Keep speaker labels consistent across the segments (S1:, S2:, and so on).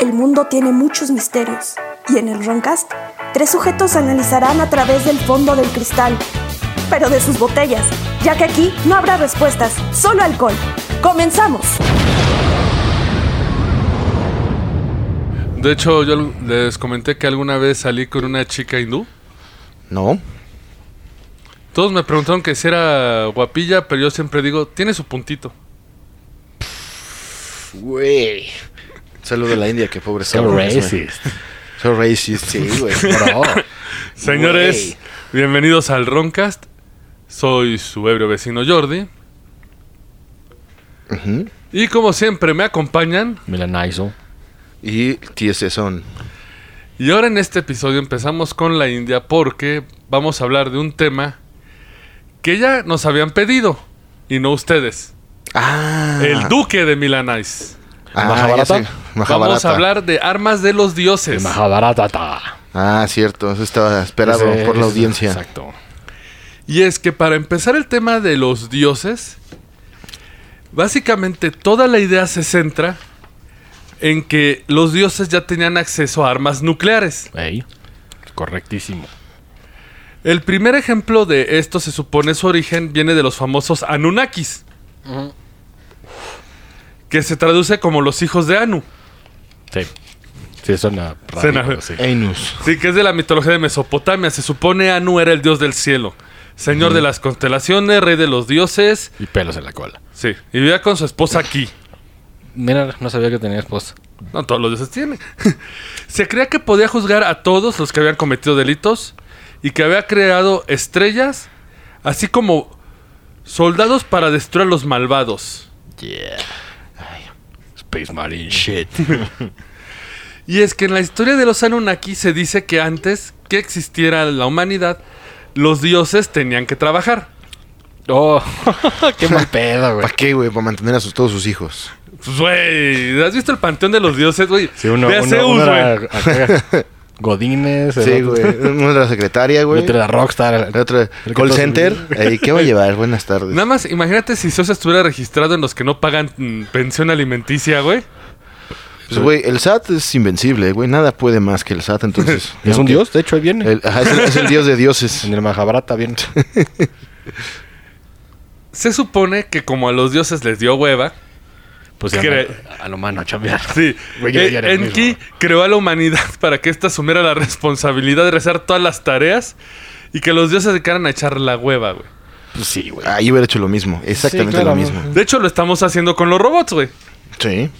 S1: El mundo tiene muchos misterios y en el Roncast, tres sujetos analizarán a través del fondo del cristal, pero de sus botellas, ya que aquí no habrá respuestas, solo alcohol. ¡Comenzamos!
S2: De hecho, yo les comenté que alguna vez salí con una chica hindú.
S3: No.
S2: Todos me preguntaron que si era guapilla, pero yo siempre digo, tiene su puntito.
S3: Güey. Saludo a la India, que pobre
S4: Qué
S3: cabrón, güey.
S4: racist.
S3: So racist, sí, güey. Bro.
S2: Señores,
S3: Güey.
S2: bienvenidos al Roncast. Soy su ebrio vecino Jordi.
S3: Ujú.
S2: Y como siempre me acompañan.
S4: Milanizo.
S3: Y TSE son.
S2: Y ahora en este episodio empezamos con la India porque vamos a hablar de un tema que ya nos habían pedido. Y no ustedes.
S3: Ah.
S2: El duque de Milanais.
S3: Ah,
S4: Mahabharata.
S3: ya sé. Mahabharata.
S2: Vamos a hablar de armas de los
S4: El
S2: dioses.
S4: Mahabharata. ta.
S3: Ah, cierto. Eso estaba esperado
S4: Ese
S3: por la
S4: es-
S3: audiencia.
S4: Exacto.
S2: Y es que para empezar el tema de los dioses, básicamente toda la idea se centra en que los dioses ya tenían acceso a armas nucleares.
S4: Ey. Correctísimo.
S2: El primer ejemplo de esto se supone su origen viene de los famosos Anunnakis, que se traduce como los hijos de Anu,
S4: Sí. Sí, suena raro.
S2: Suena-
S4: pero sí.
S3: Enus.
S2: sí, que es de la mitología de Mesopotamia. Se supone Anu era el dios del cielo, señor de las constelaciones, rey de los dioses,
S4: Y pelos en la cola.
S2: sí, y vivía con su esposa aquí.
S4: Mira, no sabía que tenía esposa.
S2: No, todos los dioses tienen. Se creía que podía juzgar a todos los que habían cometido delitos y que había creado estrellas, así como soldados para destruir a los malvados.
S4: Yeah. Space Marine shit.
S2: Y es que en la historia de los Anunnaki se dice que antes que existiera la humanidad, los dioses tenían que trabajar.
S4: Oh, qué mal pedo, güey.
S3: ¿Para qué, güey? Para mantener a sus, todos sus hijos.
S2: Pues, güey, ¿has visto el panteón de los dioses, güey?
S4: Sí, uno,
S2: Ve a
S4: uno-
S2: Zeus,
S4: uno
S2: güey.
S4: era acá Godines. el
S3: Sí,
S4: otro-
S3: güey. Uno era la secretaria,
S4: El
S3: güey.
S4: otro era Rockstar.
S3: El otro
S4: que
S3: call
S4: todos-
S3: center. Ahí, ¿Qué va a llevar? Buenas tardes.
S2: Nada más, imagínate si Zeus estuviera registrado en los que no pagan mm, pensión alimenticia, güey.
S3: Pues, güey, el SAT es invencible, güey. Nada puede más que el SAT, entonces.
S4: Es un dios, de hecho, ahí viene.
S3: El- ajá, es, el, es el dios de dioses.
S4: En el Mahabharata viene.
S2: Se supone que como a los dioses les dio hueva,
S4: Pues
S2: ya
S4: a, lo mano a chambear.
S2: Sí.
S4: Güey, yo
S2: Eh,
S4: diría lo mismo.
S2: Enki creó a la humanidad para que ésta asumiera la responsabilidad de realizar todas las tareas y que los dioses se dedicaran a echar la hueva, güey.
S4: Pues sí, güey.
S3: Ahí hubiera hecho lo mismo. Exactamente
S4: claro,
S3: lo mismo.
S4: ¿no?
S2: De hecho, lo estamos haciendo con los robots, güey.
S3: Sí.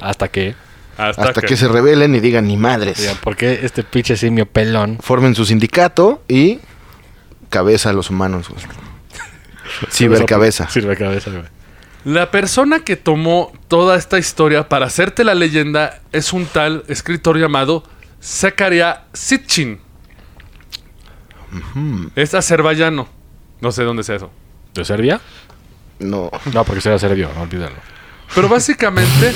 S4: Hasta que.
S2: Hasta,
S3: Hasta que... se rebelen y digan, ni
S4: Digan,
S3: madres.
S4: ¿por qué este pinche simio pelón?
S3: Formen su sindicato y cabeza a los humanos. güey. Cibercabeza.
S4: Cibercabeza, güey.
S2: La persona que tomó toda esta historia para hacerte la leyenda es un tal escritor llamado Zakaria Sitchin. Es azerbaiyano. No sé dónde sea eso.
S4: ¿De Serbia?
S3: No.
S4: No, porque será serbio, no olvídalo.
S2: Pero básicamente...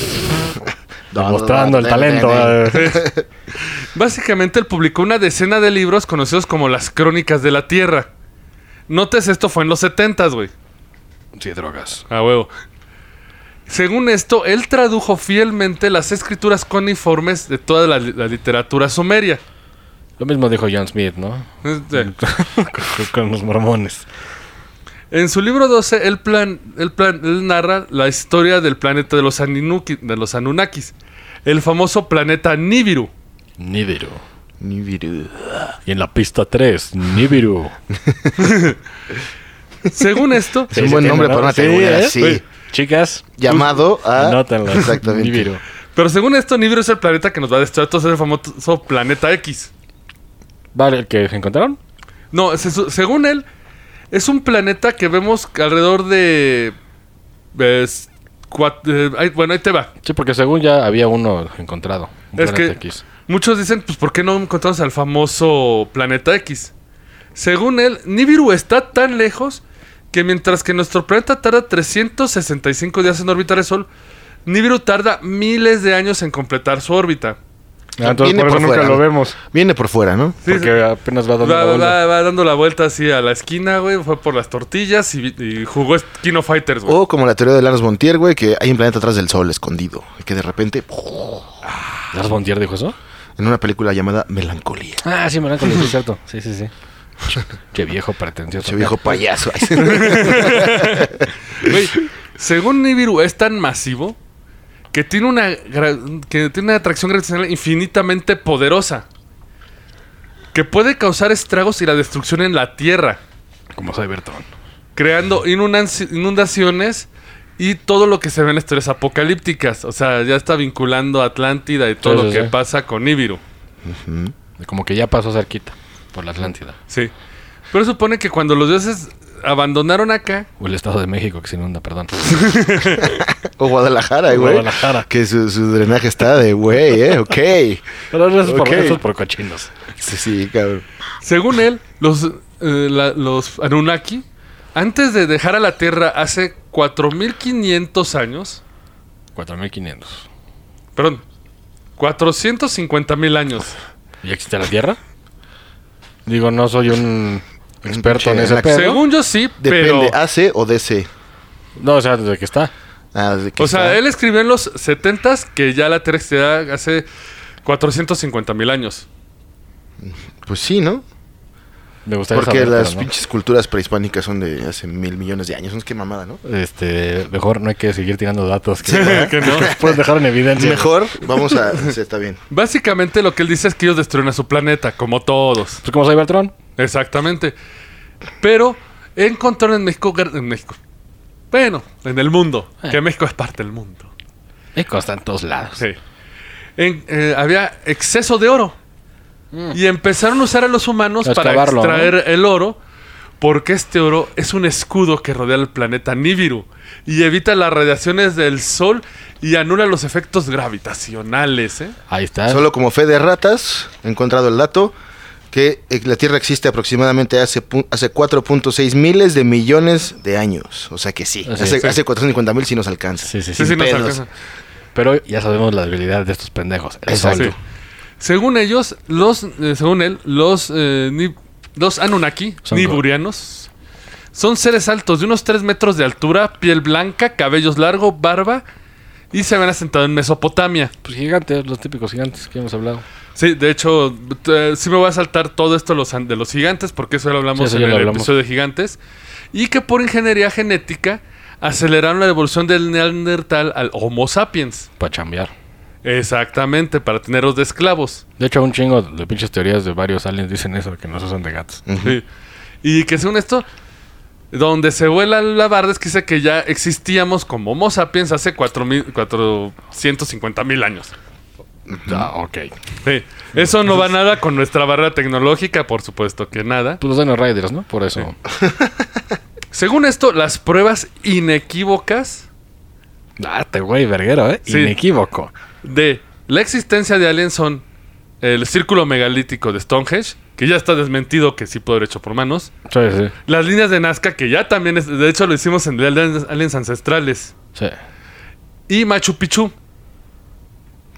S4: Demostrando el talento. eh.
S2: Básicamente él publicó una decena de libros conocidos como las Crónicas de la Tierra. Notes, esto fue en los 70, güey.
S4: Sí, drogas.
S2: A huevo. Según esto, él tradujo fielmente las escrituras coniformes de toda la, la literatura sumeria.
S4: Lo mismo dijo John Smith, ¿no?
S2: Este,
S4: Con- Con los mormones.
S2: En su libro 12, él, plan, él, plan- él narra la historia del planeta de los, Aninuki- de los Anunnakis, el famoso planeta Nibiru.
S4: Nibiru.
S3: Nibiru.
S4: Y en la pista 3, Nibiru.
S2: Según esto,
S3: Es un buen nombre para una
S4: teoría Ah,
S3: teoría, sí.
S4: ¿Eh? Pues, Chicas,
S3: Llamado a...
S4: anótenlo.
S3: Exactamente.
S4: Nibiru.
S2: pero según esto, Nibiru es el planeta que nos va a destruir. Entonces, el famoso planeta X.
S4: Vale, ¿el que se encontraron?
S2: No, se su- según él, es un planeta que vemos alrededor de. es cua- eh, ahí- bueno, ahí te va.
S4: Sí, porque según ya había uno encontrado. un
S2: es que
S4: planeta X.
S2: muchos dicen, pues, ¿por qué no encontramos al famoso planeta X? Según él, Nibiru está tan lejos que mientras que nuestro planeta tarda 365 días en orbitar el Sol, Nibiru tarda miles de años en completar su órbita.
S4: Ah, entonces
S3: Viene
S4: por eso
S3: por
S4: nunca
S3: fuera,
S4: lo
S3: ¿no?
S4: vemos.
S3: Viene por fuera, ¿no?
S2: Sí,
S4: porque apenas va dando
S2: Va,
S4: la
S2: va-
S4: bola.
S2: va- va dando la vuelta así a la esquina, güey. Fue por las tortillas y, y jugó Kino Fighters, güey.
S3: O como la teoría de Lanos Montier, güey, que hay un planeta atrás del sol escondido. y Que de repente...
S4: ¿Lars von Trier dijo eso?
S3: En una película llamada Melancolía.
S4: Ah, sí, Melancholy, sí, es cierto. Sí, sí, sí. Qué viejo pretencioso.
S3: Ese viejo payaso.
S2: Güey, según Nibiru es tan masivo que tiene una gra- que tiene una atracción gravitacional infinitamente poderosa que puede causar estragos y la destrucción en la Tierra,
S4: Como Cybertron.
S2: creando inundanci- inundaciones y todo lo que se ve en las historias apocalípticas, o sea, ya está vinculando a Atlántida y todo
S4: Sí,
S2: lo
S4: sí,
S2: que
S4: sí.
S2: pasa con Nibiru.
S4: Como que ya pasó cerquita por la Atlántida.
S2: Sí. Pero supone que cuando los dioses abandonaron acá,
S4: O el Estado de México que se inunda, perdón.
S3: o Guadalajara, güey.
S4: Guadalajara.
S3: Que su, su drenaje está de güey, ¿eh? Ok.
S4: Pero eso es por,
S3: Ok.
S4: eso es por cochinos.
S3: Sí, sí, cabrón.
S2: Según él, los, eh, la- los Anunnaki, antes de dejar a la Tierra hace 4.500 años,
S4: 4.500.
S2: perdón, 450.000 años.
S4: ¿Ya existe la Tierra? Digo, no soy un experto en
S3: Che,
S4: ese
S3: la-
S4: pedo.
S2: Según yo sí,
S3: Depende, Ah,
S2: pero...
S3: ¿AC o DC?
S4: No, o sea, desde que está.
S3: Ah, desde que
S2: O sea,
S3: está.
S2: él escribió en los 70s que ya la Tierra existía hace 450.000 años.
S3: Pues sí, ¿no?
S4: Me gustaría
S3: Porque
S4: saber,
S3: las
S4: pero no.
S3: pinches culturas prehispánicas son de hace mil millones de años. No es que mamada, ¿no?
S4: Este, mejor no hay que seguir tirando datos que,
S2: que no.
S4: nos pueden dejar en evidencia.
S3: Mejor, vamos a... sí, está bien.
S2: Básicamente lo que él dice es que ellos destruyen a su planeta, como todos.
S4: Pues como Cybertron.
S2: Exactamente. Pero encontraron en México, gar- en México. Bueno, en el mundo,
S4: Eh.
S2: que México es parte del mundo.
S4: México está en todos lados.
S2: Sí. Pues, En- eh, había exceso de oro. Y empezaron a usar a los humanos
S4: Mm. A
S2: para
S4: excavarlo,
S2: extraer el oro, porque este oro es un escudo que rodea al planeta Nibiru y evita las radiaciones del Sol y anula los efectos gravitacionales. ¿eh?
S4: Ahí está.
S3: Solo como fe de ratas, he encontrado el dato que eh, la Tierra existe aproximadamente hace, pu- hace 4.6 miles de millones de años. O sea que sí,
S4: Así
S3: hace,
S4: es.
S3: hace 450 mil sí nos alcanza.
S4: Sí, sí, sí.
S2: Sí, sí, nos
S3: pedos.
S2: alcanza.
S4: Pero ya sabemos la debilidad de estos pendejos. El sol.
S3: Exacto.
S2: Sí. Según ellos, los, eh, según él, los, eh, ni- los Anunnaki,
S4: Son
S2: Niburianos, son seres altos de unos 3 metros de altura, piel blanca, cabellos largos, barba y se habían asentado en Mesopotamia.
S4: Pues gigantes, los típicos gigantes que hemos hablado.
S2: Sí, de hecho, t- eh, sí me voy a saltar todo esto de los, an- de los gigantes, porque eso ya lo hablamos
S4: Sí, eso
S2: en
S4: ya
S2: el
S4: lo hablamos.
S2: episodio de gigantes. Y que por ingeniería genética aceleraron la evolución del Neandertal al Homo sapiens.
S4: Para chambear.
S2: Exactamente, para tenerlos de esclavos.
S4: De hecho, un chingo de pinches teorías de varios aliens dicen eso, que nos usan de gatos.
S2: Sí. Y que según esto, donde se vuela la barda es que dice que ya existíamos como Homo sapiens hace 450 mil años.
S4: Ah, ok.
S2: Sí. Eso no va nada con nuestra barrera tecnológica, por supuesto que nada.
S4: Pues los Dino Riders, ¿no? Por eso.
S2: Según esto, las pruebas inequívocas
S4: Ah, te güey, verguero, ¿eh?
S2: Sí.
S4: Inequívoco.
S2: de la existencia de aliens son el círculo megalítico de Stonehenge, que ya está desmentido que sí puede haber hecho por manos.
S4: Sí, sí.
S2: Las líneas de Nazca, que ya también, es- de hecho lo hicimos en Aliens Aliens Ancestrales.
S4: Sí.
S2: Y Machu Picchu,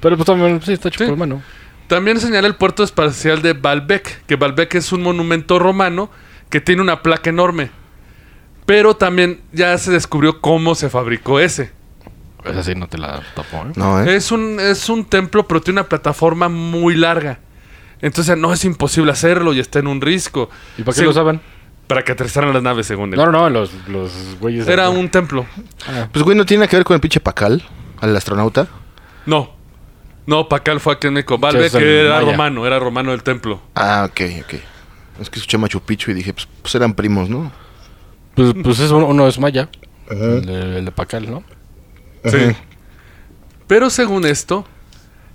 S4: Pero pues también, sí, está hecho
S2: Sí.
S4: por mano.
S2: También señala el puerto espacial de Baalbek, que Baalbek es un monumento romano que tiene una placa enorme. Pero también ya se descubrió cómo se fabricó ese.
S4: Esa sí no te la topo, ¿eh?
S3: No, ¿eh?
S2: Es un, es un templo, pero tiene una plataforma muy larga. Entonces no es imposible hacerlo y está en un risco.
S4: ¿Y para qué
S2: Sí,
S4: lo usaban?
S2: Para que aterrizaran las naves, según él.
S4: No, no, no, los, los güeyes. de-
S2: Era un templo.
S3: Pues güey, ¿no tiene nada que ver con el pinche Pacal, al astronauta?
S2: No. No, Pacal fue aquí en México. Baalbek
S4: es el
S2: era
S4: maya.
S2: romano, era romano del templo.
S3: Ah, ok, ok. Es que escuché Machu Picchu y dije, pues, pues eran primos, ¿no?
S4: Pues, pues es uno, uno es maya. El, de- el de Pacal, ¿no?
S2: Sí. Pero según esto,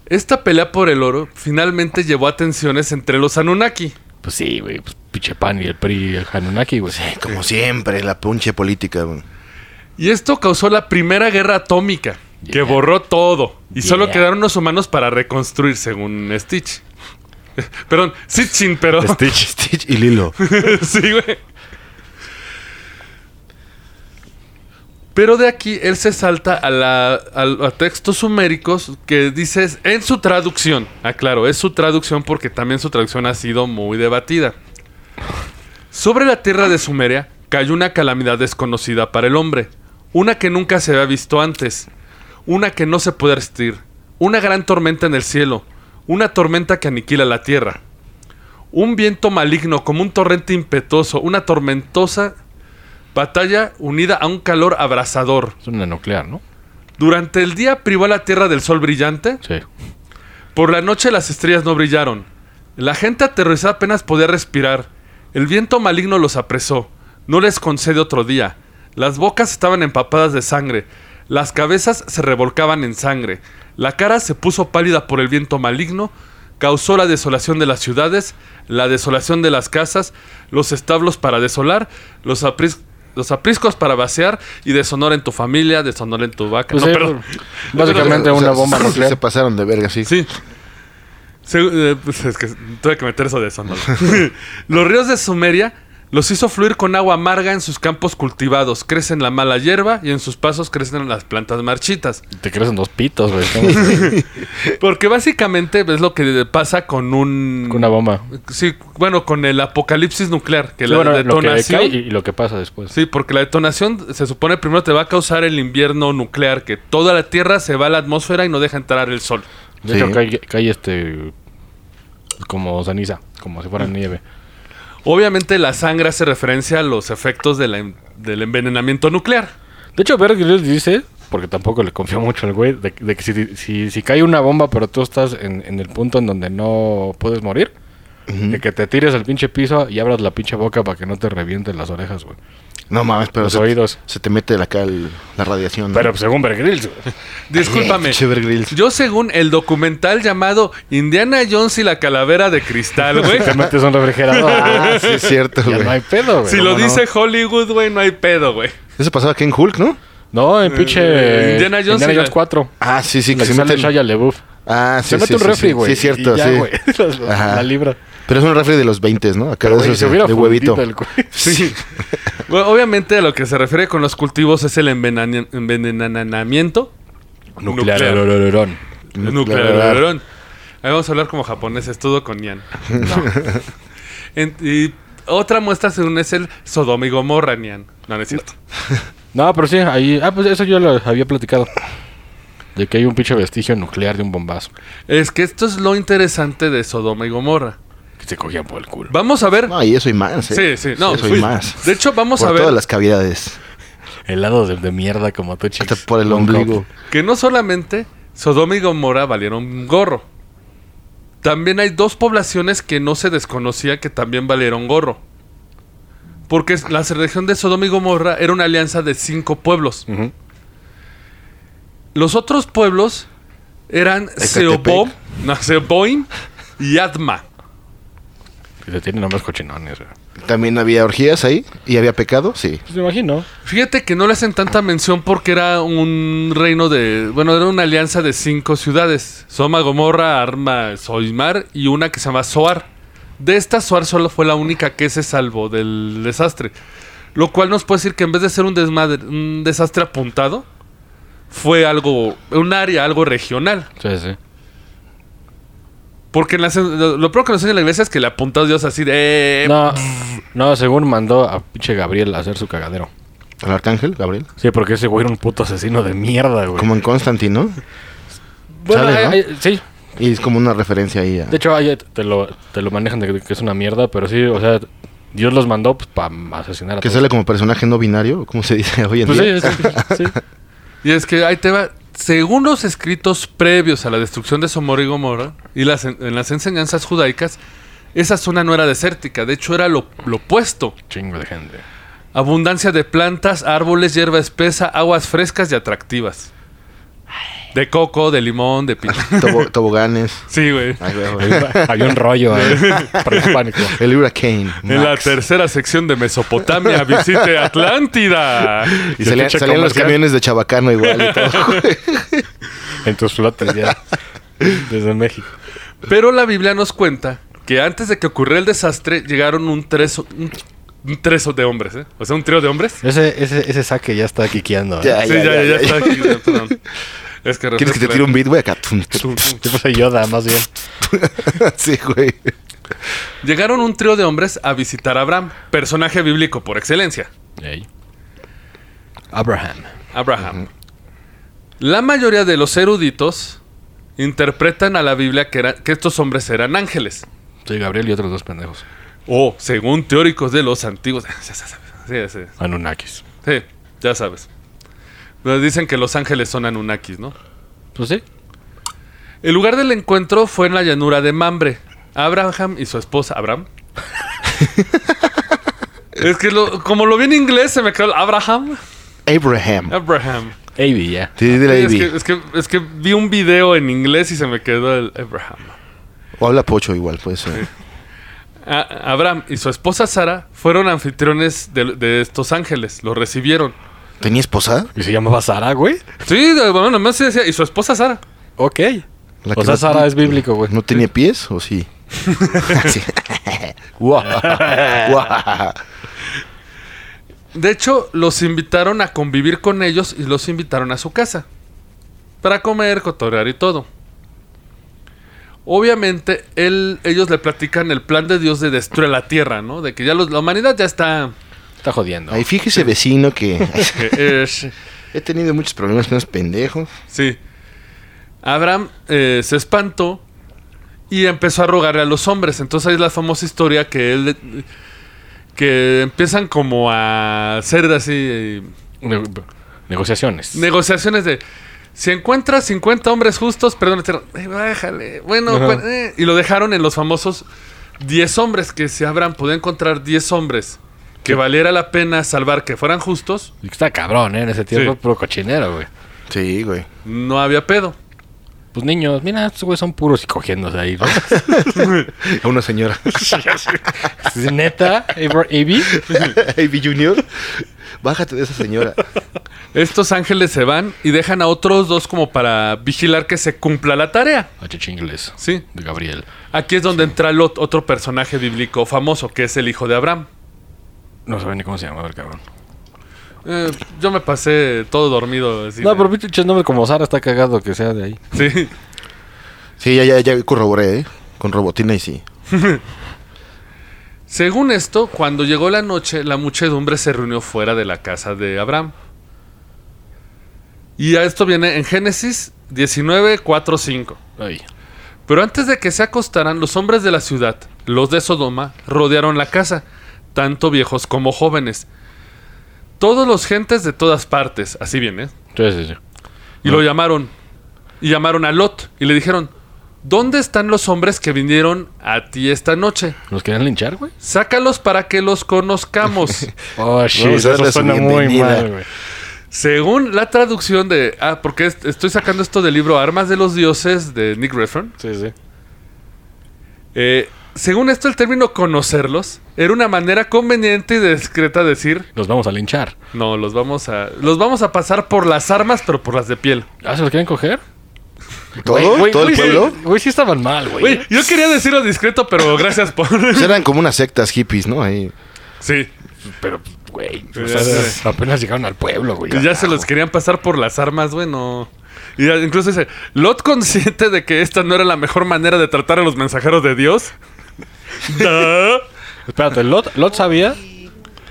S2: esta pelea por el oro finalmente llevó a tensiones entre los Anunnaki.
S4: Pues sí, güey. Pues pinche pan y el PRI y el Hanunaki, güey.
S3: Como siempre, la punche política, güey.
S2: Y esto causó la primera guerra atómica, que
S4: Yeah.
S2: borró todo. Y solo
S4: Yeah.
S2: quedaron los humanos para reconstruir, según Stitch. Perdón, Sitchin, pero.
S3: Stitch, Stitch y Lilo.
S2: sí, güey. Pero de aquí él se salta a, la- al- a textos suméricos que dices en su traducción. Aclaro, es su traducción porque también su traducción ha sido muy debatida. Sobre la tierra de Sumeria cayó una calamidad desconocida para el hombre, una que nunca se había visto antes, una que no se puede resistir, una gran tormenta en el cielo, una tormenta que aniquila la tierra, un viento maligno como un torrente impetuoso, una tormentosa batalla unida a un calor abrasador.
S4: Es una nuclear, ¿no?
S2: Durante el día privó a la tierra del sol brillante,
S4: Sí.
S2: por la noche las estrellas no brillaron. La gente aterrorizada apenas podía respirar. El viento maligno los apresó. No les concede otro día. Las bocas estaban empapadas de sangre. Las cabezas se revolcaban en sangre. La cara se puso pálida por el viento maligno. Causó la desolación de las ciudades, la desolación de las casas, los establos para desolar, los, apris- los apriscos para vaciar y deshonor en tu familia, deshonor en tu vaca.
S4: Pues
S2: No,
S4: sí,
S2: perdón.
S4: Básicamente
S3: O sea,
S4: una bomba
S3: sí
S4: nuclear.
S3: Se pasaron de verga, sí.
S2: Sí. Se- eh, pues es que tuve que meter eso de eso. ¿no? los ríos de Sumeria los hizo fluir con agua amarga en sus campos cultivados. Crecen la mala hierba y en sus pasos crecen las plantas marchitas.
S4: Te crecen dos pitos, güey. Estamos
S2: Porque básicamente es lo que pasa con un...
S4: Con una bomba.
S2: Sí, bueno, con el apocalipsis nuclear. Que
S4: Sí,
S2: la
S4: bueno, lo que
S2: detonación...
S4: cae y, y lo que pasa después.
S2: Sí, porque la detonación se supone primero te va a causar el invierno nuclear, que toda la Tierra se va a la atmósfera y no deja entrar el sol.
S4: De hecho,
S3: Sí.
S4: cae, cae, este. Como ceniza, como si
S2: Mm.
S4: fuera nieve.
S2: Obviamente la sangre hace referencia a los efectos de la en- del envenenamiento nuclear.
S4: De hecho, Bear Grylls dice, porque tampoco le confío mucho al güey, de, de que si, si, si cae una bomba, pero tú estás en, en el punto en donde no puedes morir, de que te tires al pinche piso y abras la pinche boca para que no te revienten las orejas, güey.
S3: No mames, pero
S4: Los
S3: se,
S4: oídos.
S3: se te mete la- acá el- la radiación. ¿no? Eh,
S4: Pero pues, según Bear Grylls, güey.
S2: Discúlpame.
S3: Pinche Bear Grylls.
S2: Yo según el documental llamado Indiana Jones y la calavera de cristal, güey.
S4: te metes a un
S3: Ah,
S4: refrigerador.
S3: sí, es cierto,
S4: ya
S3: güey.
S4: no hay pedo, güey.
S2: si lo
S4: ¿Cómo no?
S2: dice Hollywood, güey, no hay pedo, güey.
S3: Eso pasaba aquí en Hulk, ¿no?
S4: No, en pinche.
S2: Eh, Indiana Jones y la-
S4: 4.
S3: Ah, sí, sí,
S4: Sí,
S3: que
S4: que
S3: se
S4: sale
S3: mete.
S4: Shia LaBeouf.
S3: Ah, sí,
S4: se mete
S3: sí,
S4: un
S3: sí,
S4: refri,
S3: sí.
S4: güey.
S3: Sí, es cierto,
S4: y ya,
S3: sí.
S4: güey, la,
S3: Ajá.
S4: la libra.
S3: Pero es un refri de los 20, ¿no? Acá de,
S4: Güey,
S3: esos
S4: se
S3: de-
S4: hubiera
S3: de
S4: fundido
S3: huevito.
S4: el güey.
S2: Sí. Bueno, obviamente a lo que se refiere con los cultivos es el envenan- envenenamiento
S4: Nuclear.
S2: Nuclear.
S4: olorón.
S2: nuclear. Ahí vamos a hablar como japoneses, todo con Nian. En- y otra muestra según es el Sodoma y Gomorra, Nian. No, no es cierto.
S4: No, pero sí, ahí. Ah, pues eso yo lo había platicado. De que hay un pinche vestigio nuclear de un bombazo.
S2: Es que esto es lo interesante de Sodoma y Gomorra.
S4: Que se cogían por el culo.
S2: Vamos a ver.
S3: No, y eso y más,
S2: sí,
S3: ¿eh?
S2: sí, no.
S3: Eso y
S2: fui-
S3: más.
S2: De hecho, vamos
S3: por
S2: a ver
S3: todas las cavidades.
S4: El lado de, de mierda como tú, chicas.
S3: Hasta por el ombligo.
S2: que no solamente Sodoma y Gomorra valieron un gorro. También hay dos poblaciones que no se desconocía que también valieron gorro. Porque es- la región de Sodoma y Gomorra era una alianza de cinco pueblos.
S4: Ujú.
S2: Los otros pueblos eran
S3: Ecatepec.
S2: Seobom, no, Seoboim y Atma.
S4: Que se tienen nombres cochinones, güey.
S3: También había orgías ahí y había pecado, sí.
S4: Pues me imagino.
S2: Fíjate que no le hacen tanta mención porque era un reino de. Bueno, era una alianza de cinco ciudades: Soma, Gomorra, Arma, Soimar y una que se llama Soar. De esta, Soar solo fue la única que se salvó del desastre. Lo cual nos puede decir que en vez de ser un, desmadre, un desastre apuntado, fue algo. un área, algo regional.
S4: Sí, sí.
S2: Porque en las- lo, lo primero que nos enseña la iglesia es que le apuntó a Dios así de. "Eh,
S4: No, no, según mandó a pinche Gabriel a hacer su cagadero.
S3: El arcángel, Gabriel.
S4: Sí, porque ese güey era un puto asesino de mierda, güey.
S3: Como en Constantino.
S4: Bueno,
S3: ¿Sabes,
S4: hay-
S3: no?
S4: hay- sí.
S3: Y es como una referencia ahí a...
S4: De hecho, ahí te lo, te lo manejan de que es una mierda, pero sí, o sea, Dios los mandó pues, para asesinar a
S3: Que
S4: todos.
S3: sale como personaje no binario, como se dice hoy en
S4: Pues
S3: día.
S4: sí, sí, sí, sí.
S2: Y es que ahí te va. Según los escritos previos a la destrucción de Somor y Gomorra y las, en en las enseñanzas judaicas, esa zona no era desértica, de hecho era lo, lo opuesto.
S4: Chingo de gente.
S2: Abundancia de plantas, árboles, hierba espesa, aguas frescas y atractivas. De coco, de limón, de piña.
S3: Tobo- toboganes.
S2: Sí, güey.
S3: Ay, güey, güey.
S4: Había un rollo eh, prehispánico.
S3: El huracán.
S2: En la
S3: Max.
S2: tercera sección de Mesopotamia, visite Atlántida.
S3: Y
S4: el
S3: salían,
S4: pinche
S3: salían los
S4: comercial.
S3: camiones de Chabacano igual y todo.
S4: En tus flotes ya. Desde México.
S2: Pero la Biblia nos cuenta que antes de que ocurriera el desastre, llegaron un treso, un, un treso de hombres, ¿eh? O sea, un trío de hombres.
S4: Ese, ese, ese saque ya está quiqueando. ¿eh?
S3: Ya,
S2: Sí, ya, ya, ya está aquí, ya, perdón. Es que
S3: ¿Quieres que te tire un beat, güey? Acá. tum,
S2: Tum,
S3: tum.
S2: tum.
S4: Yo puse Yoda, más bien.
S3: Sí, güey.
S2: Llegaron un trío de hombres a visitar a Abraham, personaje bíblico por excelencia,
S4: Abraham.
S2: Abraham. La mayoría de los eruditos interpretan a la Biblia que, era- que estos hombres eran ángeles.
S4: Soy Gabriel y otros dos pendejos.
S2: O, según teóricos de los antiguos. Ya sabes. Sí, sí,
S4: Anunnakis.
S2: sí, ya sabes. Nos dicen que los ángeles son Anunnakis, ¿no?
S4: Pues sí.
S2: El lugar del encuentro fue en la llanura de Mambre. Abraham y su esposa, Abraham. es que lo- como lo vi en inglés, se me quedó Abraham.
S3: Abraham.
S2: Abraham.
S4: Avi, ya.
S3: Sí,
S2: Sí,
S3: dile
S2: es,
S3: Avi.
S2: que, es, que, es que vi un video en inglés y se me quedó el Abraham.
S3: O habla pocho igual, pues, eh. puede ser.
S2: A- Abraham y su esposa Sara fueron anfitriones de, de estos ángeles. Los recibieron.
S3: ¿Tenía esposa?
S4: ¿Y se llamaba Sara, güey?
S2: Sí, de- bueno, nomás se decía. Y su esposa Sara.
S4: Ok.
S3: La
S4: O
S3: que
S4: sea,
S3: no-
S4: Sara es bíblico, güey.
S3: ¿No tenía pies o sí? Sí. Guau, guau.
S2: De hecho, los invitaron a convivir con ellos y los invitaron a su casa. Para comer, cotorrear y todo. Obviamente, él- ellos le platican el plan de Dios de destruir la tierra, ¿no? De que ya los- la humanidad ya está. Eh,
S4: Está jodiendo.
S3: Ay, fíjese vecino que
S2: que es-
S3: he tenido muchos problemas con unos pendejos.
S2: sí. Abraham eh, se espantó y empezó a rogarle a los hombres. Entonces, ahí es la famosa historia que él. que empiezan como a ser así. eh,
S4: Ne- negociaciones.
S2: Negociaciones de. Si encuentras 50 hombres justos, perdón, etcétera. Eh, bájale. Bueno,
S4: Ajá.
S2: pues, eh. y lo dejaron en los famosos 10 hombres que se habrán podido encontrar 10 hombres que valiera la pena salvar, que fueran justos,
S4: Está cabrón, ¿eh? En ese tiempo,
S2: Sí.
S4: puro cochinero, güey.
S3: Sí, güey.
S2: no había pedo.
S4: Pues niños, mira, estos güeyes son puros y cogiéndose ahí, ¿no?
S3: A una señora.
S4: ¿Es Neta, Abra- Avi.
S3: Avi Junior, bájate de esa señora.
S2: Estos ángeles se van y dejan a otros dos como para vigilar que se cumpla la tarea.
S4: H. inglés.
S2: Sí.
S4: Ah, De Gabriel.
S2: Aquí es donde entra Lot, otro personaje bíblico famoso, que es el hijo de Abraham.
S4: No saben ni cómo se llamaba el cabrón.
S2: Eh, yo me pasé todo dormido. así
S4: No,
S2: de-
S4: pero pinche nombre como Sara está cagado que sea de ahí.
S2: Sí.
S3: Sí, ya, ya, ya corroboré, ¿eh? Con robotina y sí.
S2: Según esto, cuando llegó la noche, la muchedumbre se reunió fuera de la casa de Abraham. Y a esto viene en Génesis 19, 4, 5.
S4: Ay.
S2: Pero antes de que se acostaran, los hombres de la ciudad, los de Sodoma, rodearon la casa, tanto viejos como jóvenes. Todos los gentes de todas partes, así viene. ¿eh?
S4: Entonces, sí, sí.
S2: Y lo llamaron. Y llamaron a Lot y le dijeron, ¿dónde están los hombres que vinieron a ti esta noche?
S4: ¿Los querían linchar, güey?
S2: Sácalos para que los conozcamos.
S4: Oh, shit.
S3: Vamos a darle
S4: eso
S3: su
S4: suena muy
S3: bienvenida.
S4: mal, güey.
S2: Según la traducción de. Ah, porque est- estoy sacando esto del libro Armas de los Dioses de Nick Redfern.
S4: Sí, sí.
S2: Eh, según esto, el término conocerlos era una manera conveniente y discreta de decir:
S4: Los vamos a linchar.
S2: No, los vamos a. Los vamos a pasar por las armas, pero por las de piel.
S4: ¿Ah, se los quieren coger?
S3: ¿Todo?
S4: Güey,
S3: ¿Todo el
S4: güey,
S3: pueblo?
S4: sí, Güey, sí estaban mal, güey.
S2: Güey, yo quería decirlo discreto, pero gracias por.
S3: Pues eran como unas sectas hippies, ¿no? Ahí.
S2: sí.
S4: Pero, güey, o
S2: Ya
S4: sea,
S2: sé.
S4: apenas llegaron al pueblo, güey.
S2: Y Pues ya se los querían pasar por las armas, güey, no. Y ya incluso dice, Lot consciente de que esta no era la mejor manera de tratar a los mensajeros de Dios. Da.
S4: Espérate, ¿Lot, Lot sabía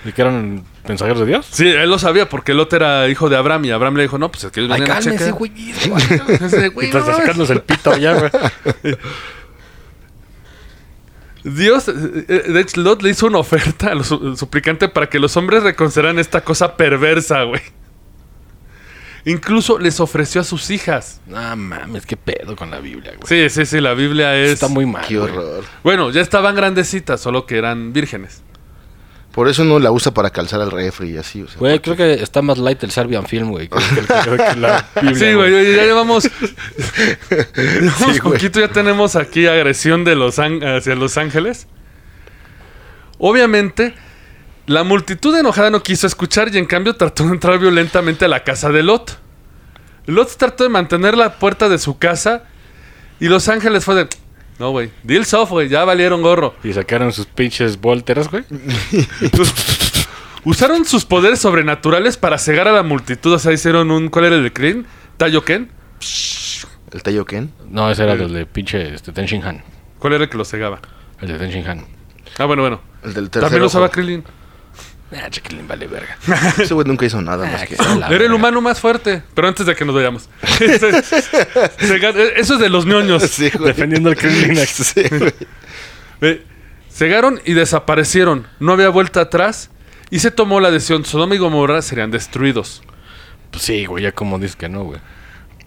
S4: de que eran mensajeros de Dios?
S2: Sí, él lo sabía porque Lot era hijo de Abraham y Abraham le dijo, no, pues es que ellos vienen a checar. Ese, güey,
S4: Y
S2: no
S4: tras de
S2: mames.
S4: sacarnos el pito ya, güey.
S2: Dios, eh, eh, de hecho, Lot le hizo una oferta al su- suplicante para que los hombres reconsideraran esta cosa perversa, güey. Incluso les ofreció a sus hijas.
S4: No mames, qué pedo con la Biblia, güey.
S2: Sí, sí, sí, la Biblia es...
S4: Está muy mal.
S3: Qué
S4: güey.
S3: horror.
S2: Bueno, ya estaban grandecitas, solo que eran vírgenes.
S3: Por eso no la usa para calzar al refri y así, o sea.
S4: Güey, creo que está más light el Serbian Film, güey. que- que- que- que la Biblia,
S2: Sí, güey, oye, ya llevamos... llevamos
S3: Sí, güey.
S2: poquito, ya tenemos aquí agresión de los Án- hacia Los Ángeles. Obviamente, la multitud enojada no quiso escuchar y en cambio trató de entrar violentamente a la casa de Lot. Lot trató de mantener la puerta de su casa y Los Ángeles fue de... No, güey, deal soft, güey, ya valieron gorro.
S4: Y sacaron sus pinches volteras, güey.
S2: Usaron sus poderes sobrenaturales para cegar a la multitud. O sea, hicieron un... ¿Cuál era el clean? ¿Tayoken?
S3: ¿El tallo Ken?
S4: No, ese era el de pinche este, Ten Shin Han.
S2: ¿Cuál era el que lo cegaba?
S4: El de Ten Shin Han.
S2: Ah, bueno, bueno.
S3: El del tercer
S2: También lo
S3: ojo.
S2: usaba Krillin.
S4: Ah, Chiquilín vale verga.
S3: Ese güey nunca hizo nada más
S4: Ah,
S3: que.
S4: que se
S2: Era
S4: la
S2: el
S4: verga.
S2: humano más fuerte, pero antes de que nos vayamos. Se- se gan- eso es de los ñoños.
S3: Sí, güey.
S4: Defendiendo al Kremlin.
S3: Sí, güey.
S2: Eh, Llegaron y desaparecieron. No había vuelta atrás. Y se tomó la decisión. Sodoma y Gomorra serían destruidos.
S4: Pues sí, güey, ya como dices que no, güey.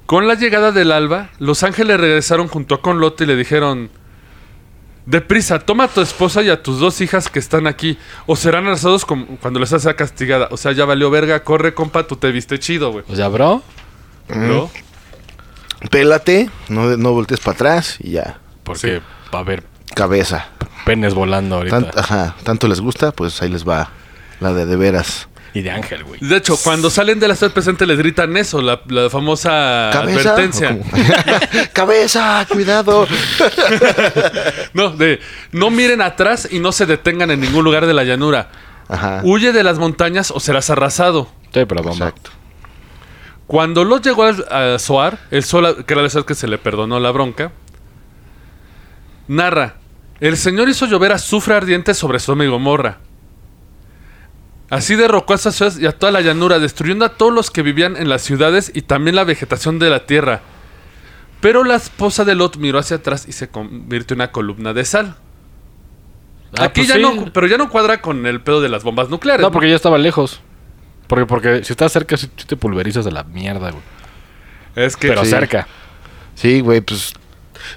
S2: Con la llegada del alba, los ángeles regresaron junto con Lot y le dijeron... Deprisa, toma a tu esposa y a tus dos hijas que están aquí. O serán arrasados como cuando les sea castigada. O sea, ya valió verga. Corre, compa, tú te viste chido, güey.
S4: O sea, bro,
S2: ¿No?
S3: Pélate, no, no voltees para atrás y ya.
S4: porque va a haber
S3: Cabeza.
S4: penes volando ahorita.
S3: Tan- ajá, tanto les gusta, pues ahí les va la de de veras.
S4: Y de ángel, güey.
S2: De hecho, cuando salen de la ciudad presente les gritan eso, la, la famosa
S3: ¿Cabeza?
S2: Ah, advertencia.
S3: ¿O cómo? Cabeza, cuidado.
S2: No, de no miren atrás y no se detengan en ningún lugar de la llanura.
S3: Ajá.
S2: Huye de las montañas o serás arrasado.
S4: Estoy para bomba.
S3: Exacto.
S2: Cuando Lot llegó al- a Soar, el sol, que era la ciudad que se le perdonó la bronca, narra: El Señor hizo llover azufre ardiente sobre Sodoma y Gomorra. Así derrocó a esa ciudad y a toda la llanura, destruyendo a todos los que vivían en las ciudades y también la vegetación de la tierra. Pero la esposa de Lot miró hacia atrás y se convirtió en una columna de sal.
S4: Ah,
S2: Aquí
S4: pues
S2: ya
S4: sí.
S2: no, pero ya no cuadra con el pedo de las bombas nucleares.
S4: No, porque yo estaba lejos. Porque, porque si estás cerca, si te pulverizas a la mierda, güey.
S2: es que
S4: Pero
S3: Sí.
S4: cerca.
S3: Sí, güey, pues.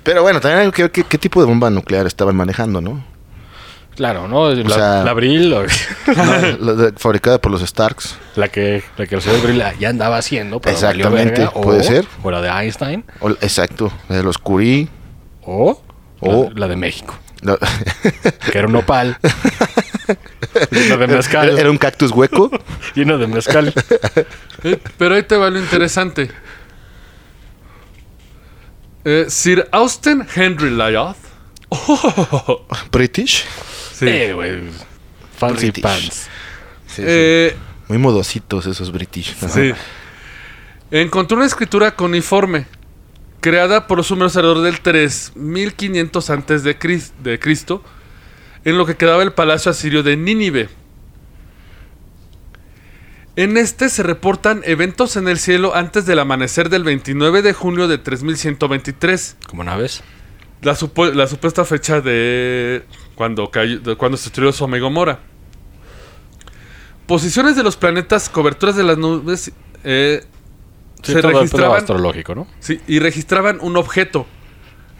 S3: Pero bueno, también hay que ver qué, qué tipo de bomba nuclear estaban manejando, ¿no?
S4: Claro, ¿no? La,
S3: sea-
S4: la Abril, o-
S3: La, la de- fabricada por los Starks.
S4: la que, la que el señor Abril ya andaba haciendo. Pero valió
S3: Exactamente,
S4: verga,
S3: puede
S4: o-
S3: ser.
S4: O la de Einstein,
S3: O- exacto, la de los Curie.
S4: o,
S3: O-
S4: La, la de México,
S3: la-
S4: que era un opal. lleno de mezcal.
S3: Era, era un cactus hueco.
S4: Lleno de mezcal.
S2: Eh, Pero ahí te va lo interesante. Eh, Sir Austin Henry Lyoth.
S3: British.
S2: Sí.
S4: Eh, güey. Fancy
S3: British.
S4: pants.
S3: Sí, sí.
S2: Eh,
S3: Muy modositos esos British. Ajá.
S2: sí. Encontró una escritura cuniforme creada por los sumerios alrededor del 3500 antes de, Cris- de Cristo en lo que quedaba el palacio asirio de Nínive. En este se reportan eventos en el cielo antes del amanecer del 29 de junio de 3123.
S4: Como naves.
S2: La, supu- la supuesta fecha de cuando, cayó- de cuando se destruyó su amigo Mora. Posiciones de los planetas, coberturas de las nubes eh,
S4: Sí,
S2: se
S4: todo el pedo
S2: registraban
S4: astrológico, ¿no?
S2: sí, y registraban un objeto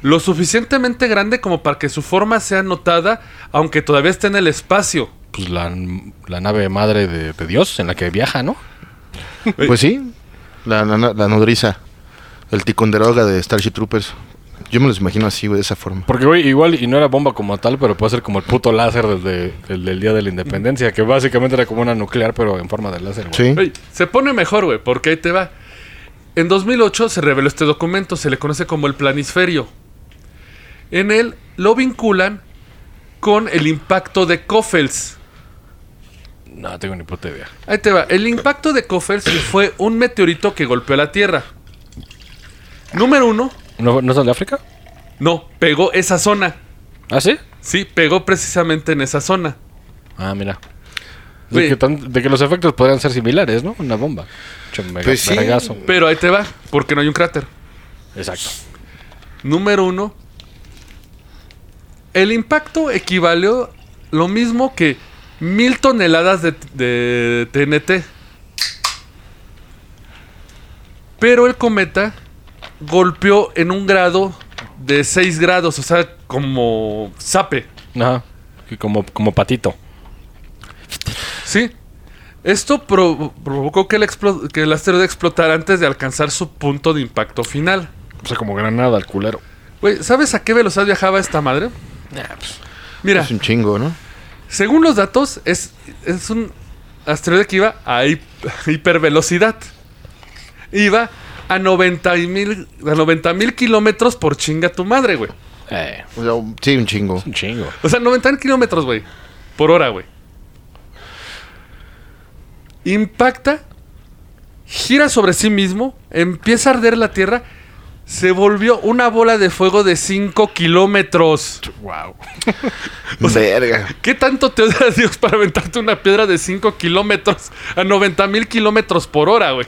S2: lo suficientemente grande como para que su forma sea notada, aunque todavía esté en el espacio.
S4: Pues la, la nave madre de, de Dios en la que viaja, ¿no?
S3: Pues sí, la, la, la nodriza. El ticonderoga de Starship Troopers. Yo me los imagino así, güey, de esa forma.
S4: Porque, güey, igual, y no era bomba como tal, pero puede ser como el puto láser desde el del día de la independencia, que básicamente era como una nuclear, pero en forma de láser, güey.
S3: Sí.
S2: Ey, se pone mejor, güey, porque ahí te va. En 2008 se reveló este documento, se le conoce como el planisferio. En él lo vinculan con el impacto de Coffels.
S4: No, tengo ni puta idea.
S2: Ahí te va. El impacto de Coffels fue un meteorito que golpeó la Tierra. Número uno,
S4: ¿No, ¿No es de África?
S2: no, pegó esa zona.
S4: ¿Ah, sí?
S2: Sí, pegó precisamente en esa zona.
S4: Ah, mira.
S2: Güey.
S4: De que, tan- de que los efectos podrían ser similares, ¿no? Una bomba. Che, mega-
S3: Pues sí.
S4: vergazo.
S2: Pero ahí te va, porque no hay un cráter.
S4: Exacto.
S2: Número uno. El impacto equivalió lo mismo que mil toneladas de, de TNT. Pero el cometa golpeó en un grado de 6 grados, o sea, como sape.
S4: Ajá. Y Como, como patito.
S2: Sí. Esto pro- provocó que el, explo- que el asteroide explotara antes de alcanzar su punto de impacto final.
S4: O sea, como granada al culero.
S2: Güey, ¿sabes a qué velocidad viajaba esta madre? Mira.
S3: Es un chingo, ¿no?
S2: Según los datos, es, es un asteroide que iba a hi- hipervelocidad. Iba a 90 mil a 90 mil kilómetros por chinga tu madre, güey.
S4: Eh,
S3: O sea, un- sí, un chingo.
S4: un chingo.
S2: O sea, 90 mil kilómetros, güey. Por hora, güey. Impacta, gira sobre sí mismo, empieza a arder la Tierra, se volvió una bola de fuego de 5 kilómetros.
S4: Wow.
S3: Verga.
S2: ¿Qué tanto te odia Dios para aventarte una piedra de 5 kilómetros a 90 mil kilómetros por hora, güey?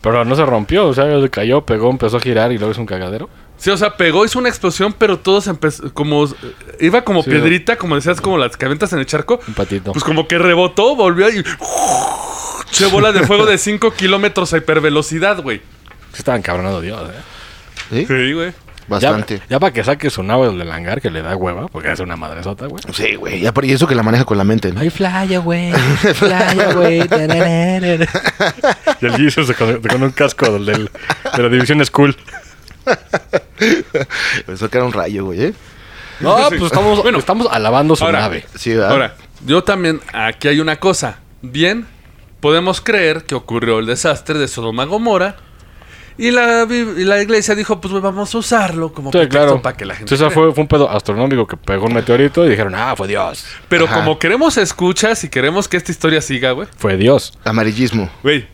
S4: Pero no se rompió, o sea, cayó, pegó, empezó a girar y luego es un cagadero.
S2: Sí, o sea, pegó, hizo una explosión, pero todos empezó. Como. eh, Iba como
S4: Sí.
S2: piedrita, como decías, como las que aventas en el charco.
S4: Un patito.
S2: Pues como que rebotó, volvió y. Se bola de fuego de 5 kilómetros a hipervelocidad, güey.
S4: Se estaba encabronado Dios, eh.
S3: ¿Sí?
S2: Sí, güey.
S3: Bastante.
S4: Ya, ya para que saque su nave del hangar que le da hueva, porque hace una madresota, güey.
S3: Sí, güey. Y aparte- Y eso que la maneja con la mente, ¿no?
S5: Ay, fly away, fly away. da, da, da, da, da.
S4: Y el Jesus con, con un casco del, del- de la división School.
S3: Pensó que era un rayo, güey, ¿eh?
S4: No,
S2: Sí.
S4: pues estamos,
S2: Bueno.
S4: estamos alabando su
S2: Ahora.
S4: nave.
S3: Sí, ¿verdad?
S2: Ahora, yo también, aquí hay una cosa. Bien, podemos creer que ocurrió el desastre de Sodoma y Gomorra. Y la, bi- y la iglesia dijo, pues güey, vamos a usarlo como
S4: Sí,
S2: pretexto
S4: claro.
S2: para que la gente...
S4: Entonces, esa
S2: crea.
S4: fue, fue un pedo astronómico que pegó un meteorito y dijeron, ah, fue Dios.
S2: Pero
S3: Ajá.
S2: como queremos escuchas y queremos que esta historia siga, güey.
S4: Fue Dios.
S3: Amarillismo.
S2: Güey,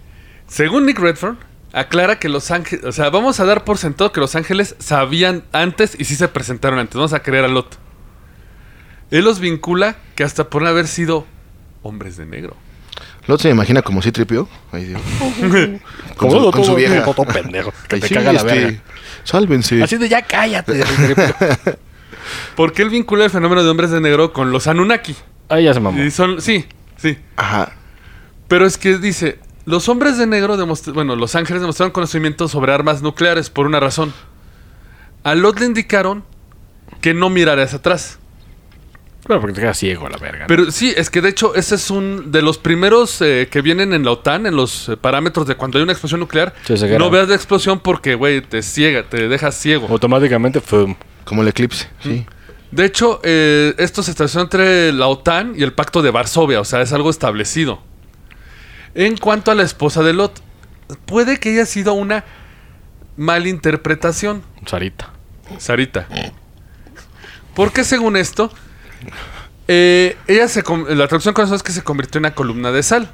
S2: según Nick Redford, aclara que Los Ángeles... O sea, vamos a dar por sentado que Los Ángeles sabían antes y sí se presentaron antes. Vamos a creer a Lot. Él los vincula que hasta por haber sido hombres de negro.
S3: Lot se me imagina como si tripió. Ahí digo. Con
S4: Como
S3: su, con su vieja.
S4: Todo pendejo. Que
S3: Ay,
S4: te
S3: sí,
S4: caga la
S3: este,
S4: verga.
S3: Sálvense.
S4: Así de ya cállate.
S2: Porque él vincula el fenómeno de hombres de negro con los Anunnaki.
S4: Ahí ya se mamó.
S2: Y son, sí, sí.
S3: Ajá.
S2: Pero es que dice, los hombres de negro, demostra- bueno, los ángeles demostraron conocimiento sobre armas nucleares por una razón. A Lot le indicaron que no mirara hacia atrás.
S4: Bueno, porque te quedas ciego a la verga. ¿no?
S2: Pero sí, es que de hecho ese es un de los primeros eh, que vienen en la OTAN, en los eh, parámetros de cuando hay una explosión nuclear.
S4: Sí, se queda.
S2: no veas la explosión porque, güey, te ciega, te deja ciego.
S4: Automáticamente, fum.
S3: Como el eclipse,
S4: Mm.
S3: sí.
S2: De hecho, eh, esto se estableció entre la OTAN y el Pacto de Varsovia, o sea, es algo establecido. En cuanto a la esposa de Lot, puede que haya sido una malinterpretación,
S4: Sarita.
S2: Sarita. Porque según esto, eh, ella se con- la traducción con eso es que se convirtió en una columna de sal.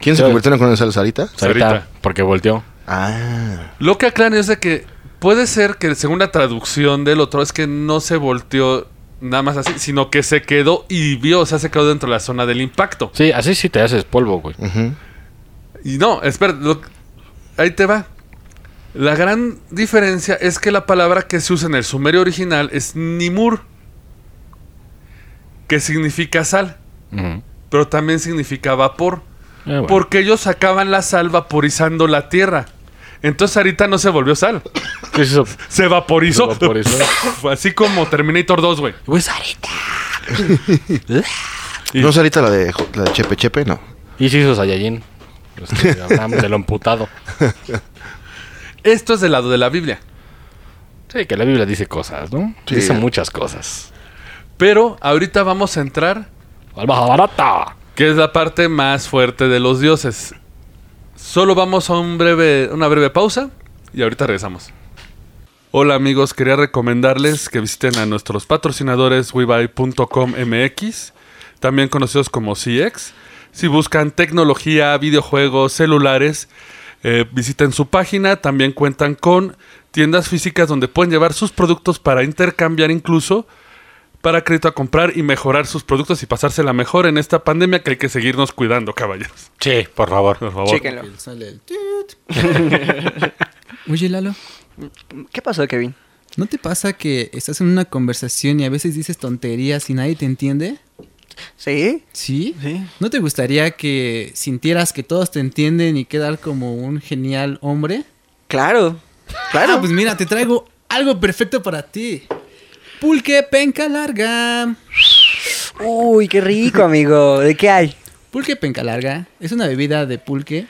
S3: ¿Quién se
S4: Sí.
S3: convirtió en con esa salsarita?
S4: Sarita.
S2: Sarita.
S4: Porque volteó.
S3: Ah.
S2: Lo que aclaran es de que puede ser que según la traducción del otro es que no se volteó nada más así, sino que se quedó y vio, o sea, se quedó dentro de la zona del impacto.
S4: Sí, así sí te haces polvo, güey.
S3: ujú.
S2: Y no, espera, lo- ahí te va. La gran diferencia es que la palabra que se usa en el sumerio original es nimur, que significa sal,
S4: Ujú.
S2: pero también significa vapor,
S4: Ah, bueno.
S2: porque ellos sacaban la sal vaporizando la tierra. Entonces ahorita no se volvió sal,
S4: ¿Qué es eso?
S2: se vaporizó.
S4: Se vaporizó.
S2: Así como Terminator 2, güey.
S5: Güey,
S4: pues,
S5: Sarita.
S2: Y-
S3: ¿No salita la de, jo- la de Chepe Chepe? No.
S4: Y se hizo Saiyajin. Este, hablamos de lo amputado.
S2: Esto es del lado de la Biblia.
S4: Sí, que la Biblia dice cosas, ¿no?
S3: Sí.
S4: Dice muchas cosas.
S2: Pero ahorita vamos a entrar
S4: ¡Alba barata!
S2: que es la parte más fuerte de los dioses. Solo vamos a un breve, una breve pausa y ahorita regresamos. Hola amigos, quería recomendarles que visiten a nuestros patrocinadores webuy.com.mx, también conocidos como CX. Si buscan tecnología, videojuegos, celulares, eh, visiten su página. También cuentan con tiendas físicas donde pueden llevar sus productos para intercambiar incluso para crédito a comprar y mejorar sus productos y pasársela mejor en esta pandemia que hay que seguirnos cuidando, caballeros.
S4: Sí, por favor.
S2: Por favor.
S6: Chéquenlo.
S5: Sale el tut. Oye, Lalo,
S6: ¿Qué pasó, Kevin?
S5: ¿no te pasa que estás en una conversación y a veces dices tonterías y nadie te entiende?
S6: ¿Sí?
S5: ¿Sí?
S6: Sí.
S5: ¿No te gustaría que sintieras que todos te entienden y quedar como un genial hombre?
S6: Claro. Claro.
S5: Ah, pues mira, te traigo algo perfecto para ti. Pulque penca larga.
S6: Uy, qué rico, amigo. ¿De qué hay?
S5: Pulque penca larga es una bebida de pulque,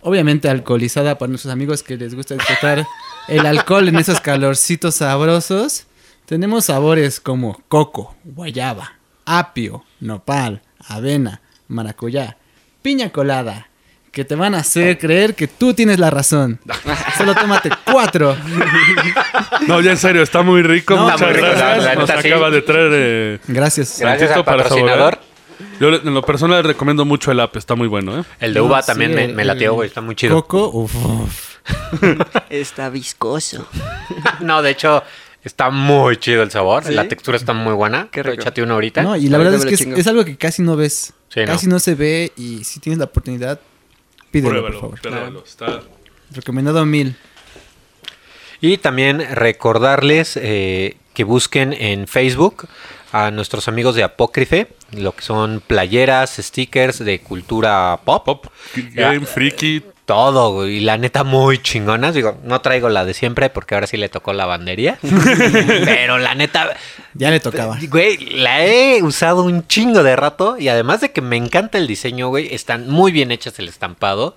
S5: obviamente alcoholizada para nuestros amigos que les gusta disfrutar el alcohol en esos calorcitos sabrosos. Tenemos sabores como coco, guayaba, apio, nopal, avena, maracuyá, piña colada, que te van a hacer creer que tú tienes la razón. Solo tómate cuatro.
S2: No, ya en serio, está muy rico.
S5: No,
S2: muchas
S5: está muy rico,
S2: gracias.
S7: la- la
S2: Nos
S7: neta, sí.
S2: acaba de traer eh,
S5: Gracias.
S7: Gracias
S2: tantito
S7: al patrocinador.
S2: saborear. Yo le- en lo personal les recomiendo mucho el app, está muy bueno, ¿eh?
S7: El de
S5: No,
S7: uva
S5: sí,
S7: también me,
S5: el-
S7: me lateó, güey. Está muy chido.
S5: Coco, uf, uf.
S6: Está viscoso.
S7: no, de hecho, está muy chido el sabor.
S6: ¿Sí?
S7: La textura está muy buena.
S6: Qué rico.
S7: Échate una ahorita.
S5: No, y
S6: A
S5: la
S6: ver,
S5: verdad es
S6: dámelo
S5: que es,
S6: chingo.
S5: es algo que casi no ves.
S7: Sí, ¿no?
S5: casi no. se ve y si tienes la oportunidad, pídelo,
S2: Pruébalo,
S5: por favor.
S2: pruébalo. Está...
S5: Recomendado mil.
S7: Y también recordarles eh, que busquen en Facebook a nuestros amigos de Apócrife, lo que son playeras, stickers de cultura pop.
S2: Pop,
S7: Ya.
S2: Game Freaky,
S7: Todo, güey, y la neta muy chingonas. Digo, no traigo la de siempre porque ahora sí le tocó la bandería. Pero la neta,
S5: Ya le tocaba.
S7: Güey, la he usado un chingo de rato y además de que me encanta el diseño, güey, están muy bien hechas el estampado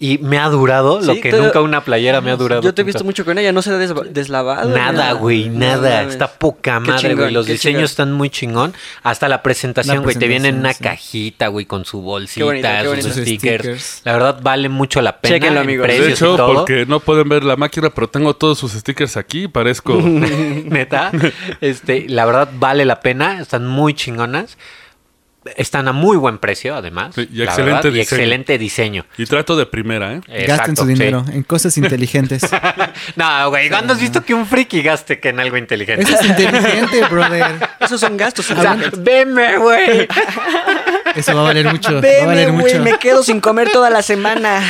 S7: y me ha durado lo
S6: Sí,
S7: que
S6: te-
S7: nunca una playera me ha durado.
S6: Yo te he
S7: tanto.
S6: visto mucho Ah, con ella, no se ha desva- deslavado.
S7: Nada, güey, nada. Está poca
S6: Qué
S7: madre, güey.
S6: chingón,
S7: Los
S6: qué
S7: diseños
S6: chingón.
S7: están muy chingón. Hasta la presentación,
S5: La
S7: güey. Te viene en una
S5: presentación,
S7: cajita, güey, con su bolsita,
S6: bonito, qué bonito.
S7: sus
S5: Sus
S7: stickers.
S5: stickers.
S7: La verdad, vale mucho la pena.
S6: Chéquenlo,
S7: en
S6: amigos.
S7: precios
S2: De
S7: y
S2: hecho,
S7: todo.
S2: porque no pueden ver la máquina, pero tengo todos sus stickers aquí. Parezco.
S7: Neta. Este, la verdad, vale la pena. Están muy chingonas. Están a muy buen precio, además.
S2: Sí, y
S7: la
S2: excelente
S7: verdad, y
S2: diseño.
S7: excelente diseño.
S2: y trato de primera, ¿eh?
S7: Exacto,
S5: Gasten su
S7: sí.
S5: dinero en cosas inteligentes.
S7: No, güey, ¿cuándo has visto que un friki gaste que en algo inteligente?
S5: Eso es inteligente, brother.
S6: Esos son gastos.
S5: Ah,
S7: O sea,
S6: inteligentes.
S7: veme, güey.
S5: Eso va a valer mucho. Pues, va a
S6: Veme,
S5: valer
S6: güey,
S5: mucho.
S6: me quedo sin comer toda la semana.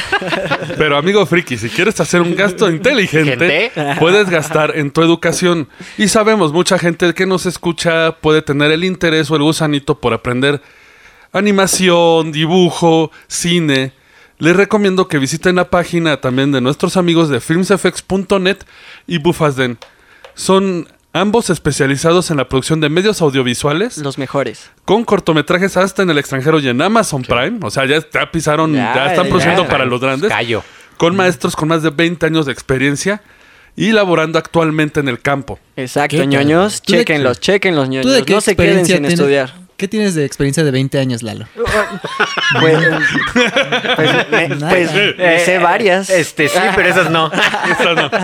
S2: Pero amigo friki, si quieres hacer un gasto inteligente,
S7: Gente.
S2: puedes gastar en tu educación. Y sabemos, mucha gente que nos escucha puede tener el interés o el gusanito por aprender animación, dibujo, cine. Les recomiendo que visiten la página también de nuestros amigos de filmsfx.net y Bufasden. Son ambos especializados en la producción de medios audiovisuales
S6: Los mejores.
S2: con cortometrajes hasta en el extranjero y en Amazon Prime. O sea, ya, ya pisaron, ya,
S6: Ya,
S2: están
S6: ya,
S2: produciendo
S6: ya.
S2: para los grandes.
S7: Callo.
S2: Con maestros con más de 20 años de experiencia y laborando actualmente en el campo.
S6: Exacto,
S5: ¿Qué tal?
S6: ñoños.
S5: ¿Tú de qué-
S6: Chequenlos, chequenlos,
S5: ¿Tú de
S6: ñoños.
S5: qué
S6: No se queden
S5: experiencia
S6: sin
S5: tienes-
S6: estudiar.
S5: ¿Qué tienes de experiencia de 20 años, Lalo?
S6: Pues, pues, me-
S5: Nada.
S6: pues, me sé varias.
S7: Eh, Este, sí, pero esas no.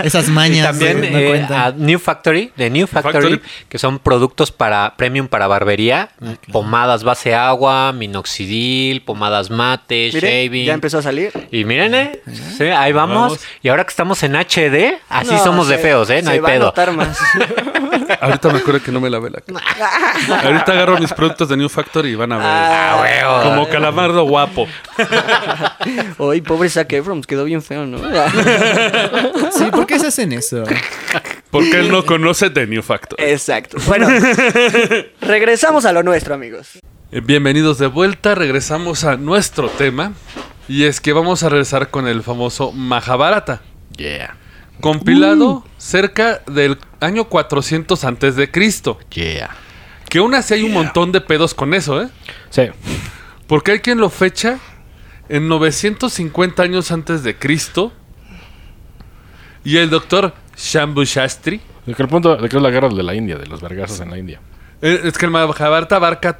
S5: Esas mañas.
S7: También
S5: güey, no
S7: eh,
S5: cuentan.
S7: a New Factory, de New Factory,
S2: Factory.
S7: que son productos para premium para
S5: Ah,
S7: barbería, pomadas base agua, minoxidil, pomadas mate,
S6: Mire,
S7: shaving.
S6: ya empezó a salir.
S7: Y miren, eh, sí, ahí vamos.
S2: Vamos.
S7: Y ahora que estamos en HD, así
S6: No,
S7: somos de
S6: se-
S7: feos, ¿eh? No
S6: se
S7: hay
S6: va a
S7: pedo.
S6: notar más.
S2: Ahorita me acuerdo que no me lavé la cara. Ahorita agarro mis productos de New Factory y van a ver.
S7: Ah, huevo.
S2: Como calamardo guapo.
S6: Hoy, pobre Zac Efron, quedó bien feo, ¿no?
S5: Sí, ¿por qué se hacen eso?
S2: Porque él no conoce de New Factory.
S6: Exacto. Bueno, regresamos a lo nuestro, amigos.
S2: Eh, Bienvenidos de vuelta, regresamos a nuestro tema. Y es que vamos a regresar con el famoso Mahabharata.
S7: Yeah,
S2: Compilado cerca del año 400 antes de Cristo.
S7: yeah.
S2: Que aún así hay un montón de pedos con eso, ¿eh?
S4: Sí.
S2: Porque hay quien lo fecha en 950 años antes de Cristo. Y el doctor Shambhu Shastri.
S4: De que el punto de que es la guerra de la India, de los vergazos en la India.
S2: eh, Es que el Mahabharata abarca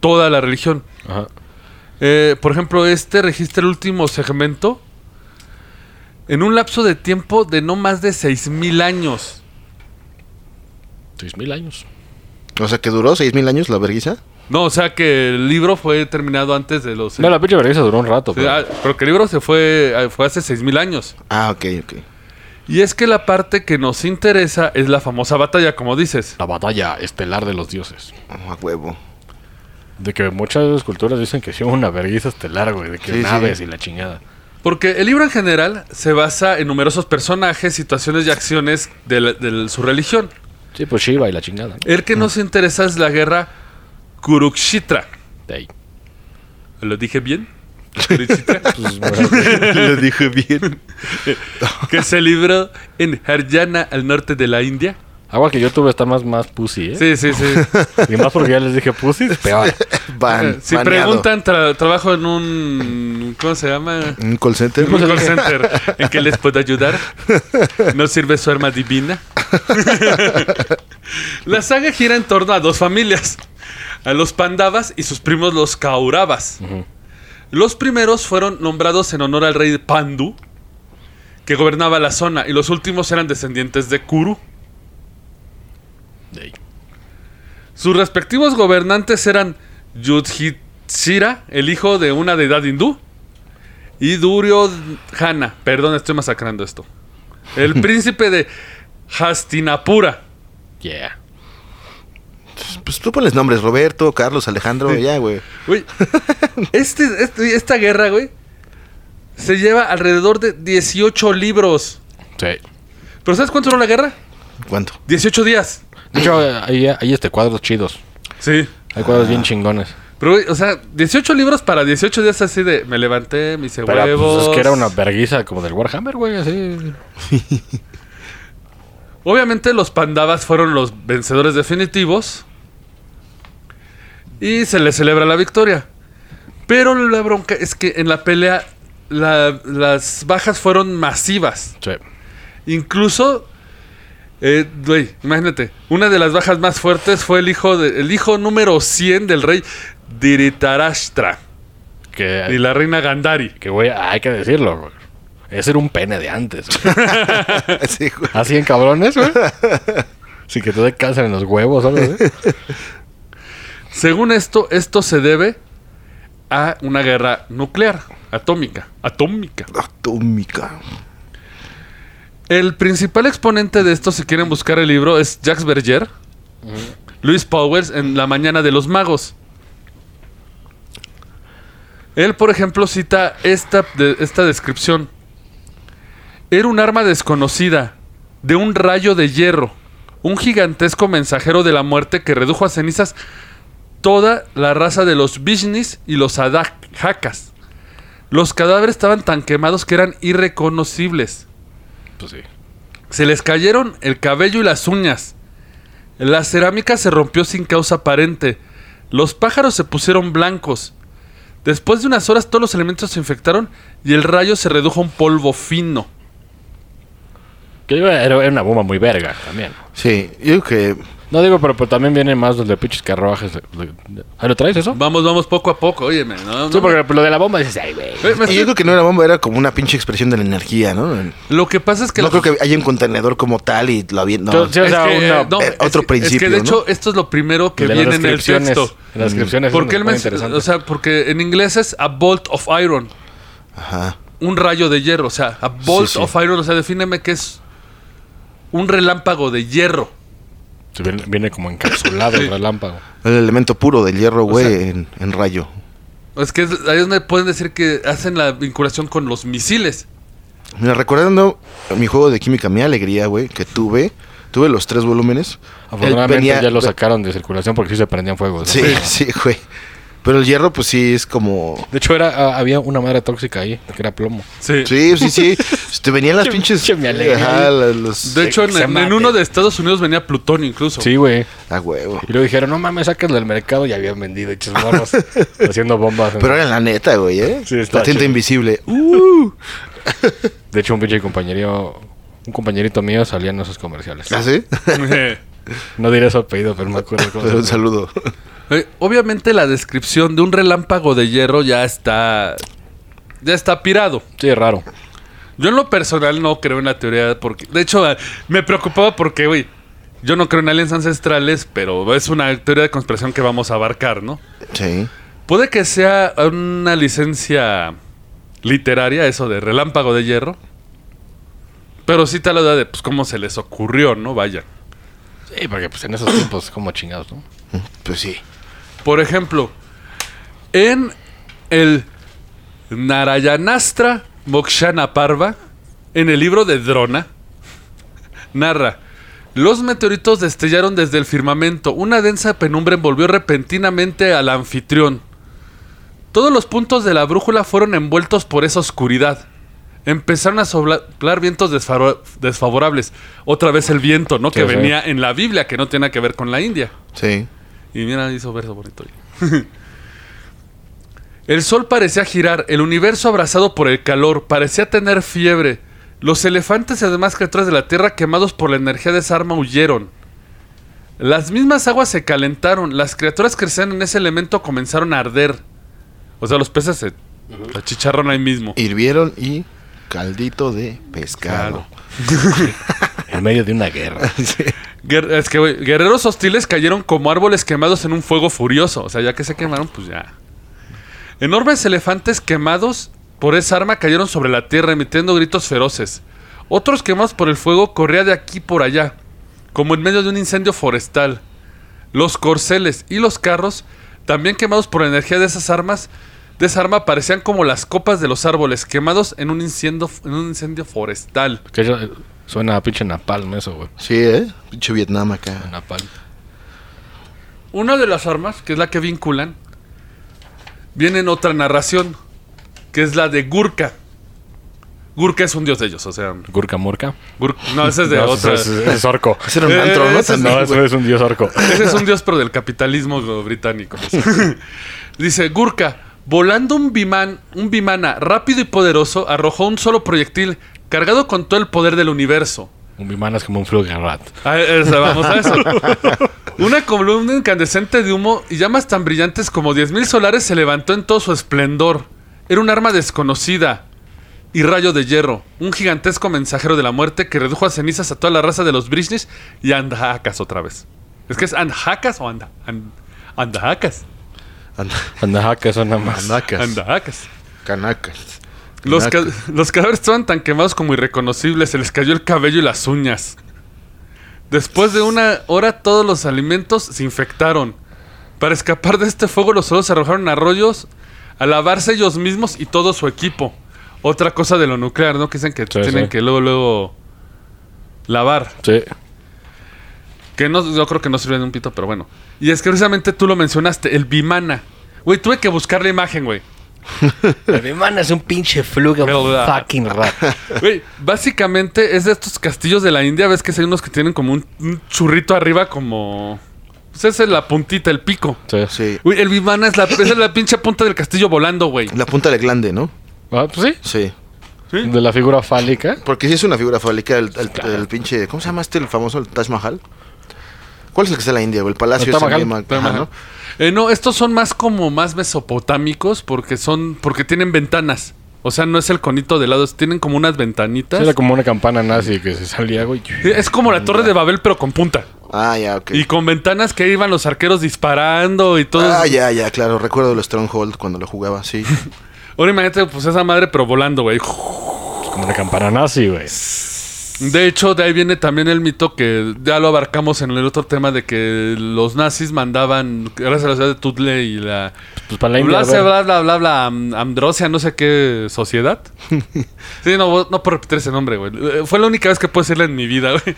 S2: toda la religión.
S4: Ajá.
S2: Eh, por ejemplo, este registra el último segmento en un lapso de tiempo de no más de 6.000 años.
S4: Seis mil años.
S3: O sea, que duró seis mil años la verguiza.
S2: No, o sea que el libro fue terminado antes de los...
S4: No, la pinche vergüenza duró un rato.
S2: Sí, ah,
S4: Pero...
S2: pero que el libro se fue, ah, fue hace 6.000 años.
S3: Ah, ok, ok.
S2: Y es que la parte que nos interesa es la famosa batalla, como dices.
S4: La batalla estelar de los dioses.
S3: Oh, a huevo.
S4: De que muchas culturas dicen que sí hubo una vergüenza estelar, güey. De que
S3: Sí, sí.
S4: naves y la chingada.
S2: Porque el libro en general se basa en numerosos personajes, situaciones y acciones de, la- de su religión.
S4: Sí, pues Shiva y la chingada. ¿no?
S2: El que nos interesa es la guerra Kurukshetra.
S4: De ahí.
S2: ¿Lo dije bien? Kurukshetra.
S4: Pues, bueno,
S3: Lo dije bien.
S2: que se libró en Haryana, al norte de la India.
S4: agua que yo tuve está más, más pussy, ¿eh?
S2: Sí, sí, sí. Eh,
S4: Y más porque ya les dije pussy, peor.
S3: Van.
S2: si
S3: baneado.
S2: preguntan, tra- trabajo en un... ¿Cómo se llama?
S3: ¿Un call center?
S2: Un
S4: pues,
S2: call center. ¿En qué les puedo ayudar? ¿No sirve su arma divina? La saga gira en torno a dos familias. A los Pandavas y sus primos los Kauravas. Los primeros fueron nombrados en honor al rey Pandu, que gobernaba la zona, y los últimos eran descendientes de Kuru.
S4: De ahí.
S2: Sus respectivos gobernantes eran Yudhishthira, el hijo de una deidad hindú, Y Durio Hanna, perdón, estoy masacrando esto. El príncipe de Hastinapura.
S4: Yeah.
S3: Pues tú pones nombres, Roberto, Carlos, Alejandro, ya, güey.
S2: Güey, este, este- esta guerra, güey, se lleva alrededor de 18 libros.
S4: Sí.
S2: ¿Pero sabes cuánto duró la guerra?
S3: ¿Cuánto?
S2: 18 días.
S4: De hecho, hay, hay este cuadros chidos.
S2: Sí.
S4: Hay cuadros
S2: Ah.
S4: bien chingones.
S2: Pero, güey, o sea, 18 libros para 18 días así de me levanté, me hice
S4: Pero
S2: huevos.
S4: pues, es que era una verguiza como del Warhammer, güey, así.
S2: Obviamente los pandavas fueron los vencedores definitivos. Y se les celebra la victoria. Pero la bronca es que en la pelea la- las bajas fueron masivas.
S4: Sí.
S2: Incluso, eh, güey, imagínate, una de las bajas más fuertes fue el hijo, de- el hijo número 100 del rey Diritarashtra
S4: Que,
S2: y la reina Gandhari.
S4: que, güey, hay que decirlo, güey. Ese era un pene de antes, güey.
S3: Sí, güey.
S4: Así en cabrones, güey. Sin que te dé cáncer en los huevos, ¿sabes?
S2: Según esto, esto se debe a una guerra nuclear, atómica, atómica.
S3: Atómica.
S2: El principal exponente de esto, si quieren buscar el libro, es Jacques Berger, Luis Powers en La Mañana de los Magos. Él, por ejemplo, cita esta, de- esta descripción. Era un arma desconocida, de un rayo de hierro, un gigantesco mensajero de la muerte que redujo a cenizas toda la raza de los Vishnis y los Adhakas. Los cadáveres estaban tan quemados que eran irreconocibles.
S4: Pues sí.
S2: Se les cayeron el cabello y las uñas. La cerámica se rompió sin causa aparente. Los pájaros se pusieron blancos. Después de unas horas todos los elementos se infectaron y el rayo se redujo a un polvo fino.
S4: Que era era una bomba muy verga también.
S3: Sí, yo creo que
S4: No digo, pero, pero también vienen más los de pinches carruajes. de- de- de- ¿Ah, lo traes eso?
S2: Vamos, vamos poco a poco, óyeme. No, no,
S4: Sí, porque lo de la bomba dices, ay, güey.
S2: Eh, me
S3: Y
S2: estoy-
S3: yo creo que no era bomba, era como una pinche expresión de la energía, ¿no?
S2: Lo que pasa es que...
S3: no
S2: la-
S3: creo que haya un contenedor como tal y lo había... No.
S4: Yo- sí, o
S2: es
S4: sea,
S2: que,
S4: una-
S2: eh, no,
S3: eh,
S2: es
S3: otro
S2: que- Es
S3: principio,
S2: que de
S3: ¿no?
S2: hecho esto es lo primero que
S4: de las
S2: viene en el
S4: descripciones.
S2: texto.
S4: Las descripciones.
S2: Porque
S4: es
S2: él
S4: muy
S2: men-
S4: interesante.
S2: o sea, porque en inglés es a bolt of iron.
S3: Ajá.
S2: un rayo de hierro. O sea, a bolt
S3: Sí, sí.
S2: of iron. O sea, defíneme que es un relámpago de hierro.
S4: Sí, viene, viene como encapsulado el relámpago.
S3: El elemento puro del hierro, güey, en, en rayo.
S2: Es que es- ahí es donde pueden decir que hacen la vinculación con los misiles.
S3: Mira, recordando mi juego de química, mi alegría, güey, que tuve. Tuve los tres volúmenes.
S4: Afortunadamente
S3: Él venía-
S4: ya lo sacaron de circulación porque sí se prendían fuego. ¿no?
S3: Sí, sí, güey. Pero el hierro, pues sí, es como...
S4: De hecho, era, ah, había una madre tóxica ahí, que era plomo.
S2: Sí.
S3: Sí, sí, sí. Te venían las pinches...
S4: che, mi alegría.
S3: Ajá, la- los...
S2: De hecho, en,
S4: se
S2: en
S4: mate.
S2: uno de Estados Unidos venía Plutón incluso.
S4: Sí, güey.
S3: Ah, huevo.
S4: Y luego dijeron, no mames, sáquenlo del mercado. Y habían vendido hechos morros haciendo bombas.
S3: Pero era la neta, güey, ¿eh?
S4: Sí, está
S3: la tinta
S4: chido.
S3: invisible. Uh,
S4: De hecho, un pinche compañero, un compañerito mío salía en esos comerciales.
S3: ¿Ah, sí?
S4: No diré su apellido, pero me acuerdo. cómo se
S3: Pero un
S4: llama.
S3: saludo.
S2: Eh, Obviamente la descripción de un relámpago de hierro ya está... Ya está pirado.
S4: Sí, raro.
S2: Yo en lo personal no creo en la teoría porque... De hecho, eh, me preocupaba porque, güey, yo no creo en aliens ancestrales, pero es una teoría de conspiración que vamos a abarcar, ¿no?
S3: Sí.
S2: Puede que sea una licencia literaria, eso de relámpago de hierro. Pero sí tal la duda de, pues, cómo se les ocurrió, ¿no? Vaya.
S4: Sí, porque pues en esos tiempos, como chingados, ¿no?
S3: Pues sí.
S2: Por ejemplo, en el Narayanastra Mokshana Parva, en el libro de Drona, narra: Los meteoritos destellaron desde el firmamento. Una densa penumbra envolvió repentinamente al anfitrión. Todos los puntos de la brújula fueron envueltos por esa oscuridad. Empezaron a soplar vientos desfavor- desfavorables. Otra vez el viento, ¿no? que
S4: sí.
S2: venía en la Biblia, que no tiene nada que ver con la India.
S3: Sí.
S2: Y mira, hizo verso bonito. el sol parecía girar, el universo abrazado por el calor, parecía tener fiebre. Los elefantes y demás criaturas de la tierra quemados por la energía de esa arma huyeron. Las mismas aguas se calentaron, las criaturas que crecían en ese elemento comenzaron a arder. O sea, los peces se achicharron ahí mismo.
S3: Hirvieron y caldito de pescado.
S4: En medio de una guerra.
S2: Guer- es que, güey, guerreros hostiles cayeron como árboles quemados en un fuego furioso. O sea, ya que se quemaron, pues ya. Enormes elefantes quemados Por esa arma cayeron sobre la tierra emitiendo gritos feroces. Otros quemados por el fuego corría de aquí por allá, como en medio de un incendio forestal. Los corceles y los carros, también quemados por la energía de esas armas, de esa arma parecían como las copas de los árboles quemados en un incendio, en un incendio forestal.
S4: Que yo- suena a pinche napalm eso, güey.
S3: Sí, ¿eh? Pinche Vietnam acá.
S4: Napalm.
S2: Una de las armas, que es la que vinculan, viene en otra narración, que es la de Gurka. Gurka es un dios de ellos, o sea,
S4: Gurka Murka.
S2: Gur- no, ese es de
S4: No,
S2: otra.
S4: Es, es orco.
S3: Ese era un
S2: Eh,
S3: antro,
S2: ese
S3: ¿no?
S2: es-
S3: También,
S4: No,
S3: güey.
S4: eso es un dios orco.
S2: Ese es un dios, pero del capitalismo británico. Dice Gurka, volando un bimán, un bimana rápido y poderoso, arrojó un solo proyectil cargado con todo el poder del universo.
S4: Un bimana es como un flugarat.
S2: A eso, vamos a eso. Una columna incandescente de humo y llamas tan brillantes como 10.000 solares se levantó en todo su esplendor. Era un arma desconocida y rayo de hierro, un gigantesco mensajero de la muerte que redujo a cenizas a toda la raza de los Brishnish y Andhakas otra vez. ¿Es que es Andhakas o Anda? And- Andahakas.
S3: And-
S4: Andajaka suena más.
S3: Anacas.
S2: Andahakas.
S3: Canacas.
S2: Los, ca-
S3: Canacas.
S2: los cadáveres estaban tan quemados como irreconocibles, se les cayó el cabello y las uñas. Después de una hora todos los alimentos se infectaron. Para escapar de este fuego los soldados se arrojaron a arroyos a lavarse ellos mismos y todo su equipo. Otra cosa de lo nuclear, ¿no? Que dicen que
S4: Sí,
S2: tienen
S4: sí.
S2: que luego, luego lavar.
S4: Sí.
S2: Que no, yo creo que no sirve de un pito, pero bueno. Y es que precisamente tú lo mencionaste, el Bimana. Güey, tuve que buscar la imagen, güey.
S6: El Bimana es un pinche fluga,
S2: Verdad.
S6: fucking rat.
S2: Güey, básicamente es de estos castillos de la India. Ves que hay unos que tienen como un, un churrito arriba, como. Pues esa es la puntita, el pico.
S4: Sí.
S3: Sí.
S2: Güey, el Vivana es la, esa es la pinche punta del castillo volando, güey.
S3: La punta del glande, ¿no?
S4: Ah, pues sí.
S3: Sí.
S4: De la figura fálica.
S3: Porque si es una figura fálica, el, el- el pinche. ¿Cómo se llama este el famoso el Taj Mahal? ¿Cuál es el que está en la India? güey? El palacio
S4: El Taj
S3: ese
S4: Mahal.
S3: mismo,
S2: Pero,
S3: ajá,
S2: ajá.
S3: ¿no?
S2: Eh, no, estos son más como más mesopotámicos porque son. porque tienen ventanas. O sea, no es el conito de lados, tienen como unas ventanitas. Eh,
S4: Sí, era como una campana nazi que se salía, güey.
S2: Es como la torre de Babel, pero con punta.
S3: Ah, ya, ok.
S2: Y con ventanas que iban los arqueros disparando y todo.
S3: Ah, ya, ya, claro. Recuerdo el Stronghold cuando lo jugaba, sí.
S2: Ahora imagínate, pues esa madre, pero volando, güey.
S4: Como una campana nazi, güey.
S2: De hecho, de ahí viene también el mito que ya lo abarcamos en el otro tema de que los nazis mandaban, gracias a la ciudad de Tutle y la...
S4: Pues para la
S2: Bla,
S4: India.
S2: bla,
S4: a ver.
S2: bla, bla, bla, bla, am- Amdrosia, no sé qué sociedad. Sí, no, vos- no por repetir ese nombre, güey. Eh, Fue la única vez que puedo decirle en mi vida, güey.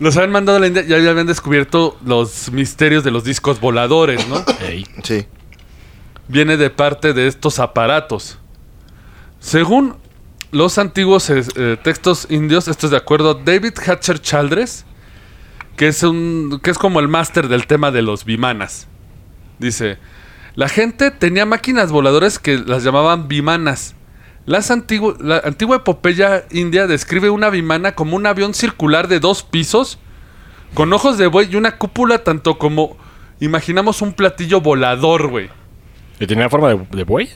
S2: Los habían mandado a la India y ahí habían descubierto los misterios de los discos voladores, ¿no?
S4: Ey.
S3: Sí.
S2: viene de parte de estos aparatos. Según los antiguos es- eh, textos indios, esto es de acuerdo a David Hatcher Chaldres, que es, un, que es como el máster del tema de los bimanas. Dice, la gente tenía máquinas voladoras que las llamaban bimanas. Las antigu- la antigua epopeya india describe una bimana como un avión circular de dos pisos, con ojos de buey y una cúpula tanto como imaginamos un platillo volador, güey.
S4: ¿Y tenía forma de, de buey?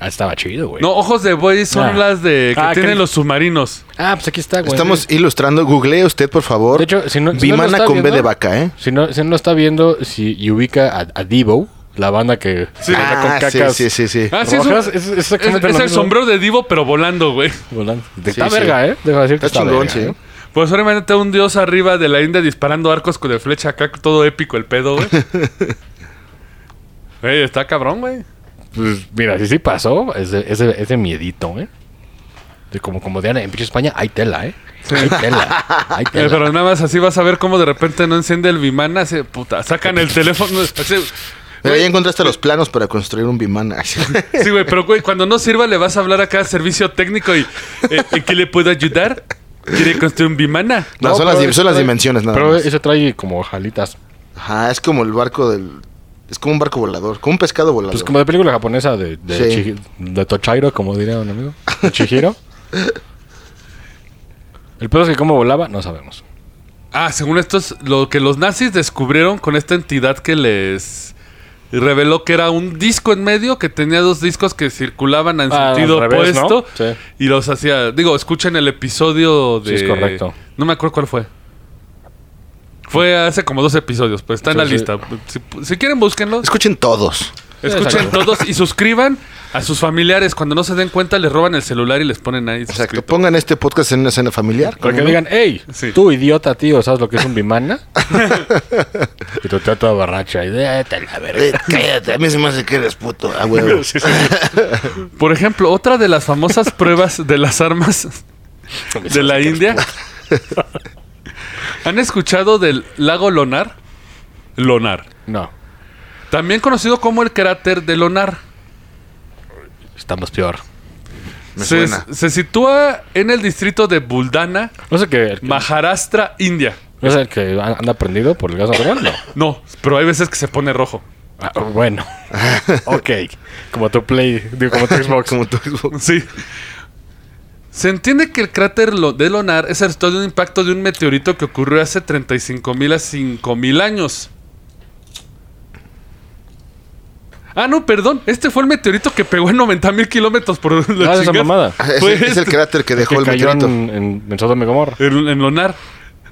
S4: Ah, estaba chido, güey.
S2: No, ojos de buey son
S4: Ah.
S2: las de que
S4: Ah,
S2: tienen
S4: que-
S2: los submarinos.
S4: Ah, pues aquí está, güey.
S3: Estamos
S4: Sí.
S3: ilustrando. Googlee usted, por favor.
S4: De hecho, si no- si no lo
S3: Vimana
S4: está
S3: con B de
S4: viendo-
S3: vaca, ¿eh?
S4: Si no, si no está viendo si, y ubica a, a Devo, la banda que
S3: Ah, sí, sí, sí, sí.
S2: Ah, sí, es, un-
S4: rojas, es, es exactamente
S2: es-
S4: lo
S2: es el
S4: mismo.
S2: sombrero de Divo, pero volando, güey.
S4: Volando.
S3: Sí,
S4: Está
S3: sí.
S4: verga, ¿eh? Dejo decir que
S3: Está
S4: está
S3: chingón,
S4: verga,
S3: sí.
S4: ¿eh?
S2: Pues obviamente un dios arriba de la India disparando arcos con de flecha acá, todo épico el pedo, güey. Güey, está cabrón, güey.
S4: Pues mira, si sí pasó, ese, ese, ese miedito, ¿eh? De como, como de Ana, en pinche España hay tela, ¿eh? Hay tela. Hay
S2: Eh,
S4: tela.
S2: pero nada más así vas a ver cómo de repente no enciende el bimana, así, puta, sacan el teléfono. así-
S3: Pero ya encontraste los planos para construir un Vimana.
S2: sí, güey, pero güey, cuando no sirva le vas a hablar acá a servicio técnico y eh, ¿en qué le puedo ayudar? ¿Quiere construir un bimana?
S3: No,
S4: No,
S3: son, las,
S4: pero
S3: dim- son las
S4: ese trae-
S3: dimensiones, nada
S4: Pero
S3: más.
S4: ese trae como jalitas.
S3: Ajá, es como el barco del. Es como un barco volador, como un pescado volador.
S4: Pues como de película japonesa de, de,
S3: Sí.
S4: Chi- de Tochairo, como diría un amigo. De Chihiro. El pedo es que cómo volaba, no sabemos.
S2: Ah, según esto es lo que los nazis descubrieron con esta entidad que les reveló que era un disco en medio que tenía dos discos que circulaban en
S4: Ah, al
S2: sentido
S4: revés, ¿no?
S2: opuesto
S4: Sí.
S2: y los hacía, digo, escuchen el episodio de
S4: Sí, es correcto.
S2: No me acuerdo cuál fue. Fue hace como dos episodios, pues está en la
S4: Sí, sí.
S2: lista. Si, si quieren búsquenlos,
S3: Escuchen todos.
S2: escuchen
S4: Exacto.
S2: todos y suscriban A sus familiares, cuando no se den cuenta, les roban el celular y les ponen ahí.
S3: Exacto.
S2: suscrito.
S3: Pongan este podcast en una cena familiar.
S4: Para que
S3: ¿cómo no?
S4: digan, hey,
S2: Sí.
S4: tú idiota, tío, ¿sabes lo que es un bimana? y tu tía toda borracha. Y "Vete a la verga.
S3: Eh, cállate, a mí se me hace que eres puto. Ah, huevo.
S2: Por ejemplo, otra de las famosas pruebas de las armas de la India. ¿Han escuchado del lago Lonar? Lonar.
S4: No,
S2: También conocido como el cráter de Lonar.
S4: estamos peor.
S3: Me
S2: se,
S3: suena.
S2: se sitúa en el distrito de Buldana,
S4: No sé qué.
S2: Maharashtra, India.
S4: ¿No es el que an- anda prendido por el gas natural? No.
S2: No, pero hay veces que se pone rojo.
S4: Ah, bueno. ok. Como tu Play, digo, como tu Xbox.
S3: Como tú.
S2: Sí. Se entiende que el cráter lo- de Lonar es el resultado de un impacto de un meteorito que ocurrió hace 35.000 a 5.000 años. Ah, no, perdón. Este fue el meteorito que pegó en 90.000 kilómetros por la
S4: Ah, esa
S2: chingada.
S4: mamada.
S3: Es,
S2: Fue
S3: el- es el
S2: este.
S3: cráter que dejó
S4: Pues que
S3: el
S4: cayó
S3: meteorito.
S4: en, en, en Sodoma y Gomorra.
S2: En, en Lonar.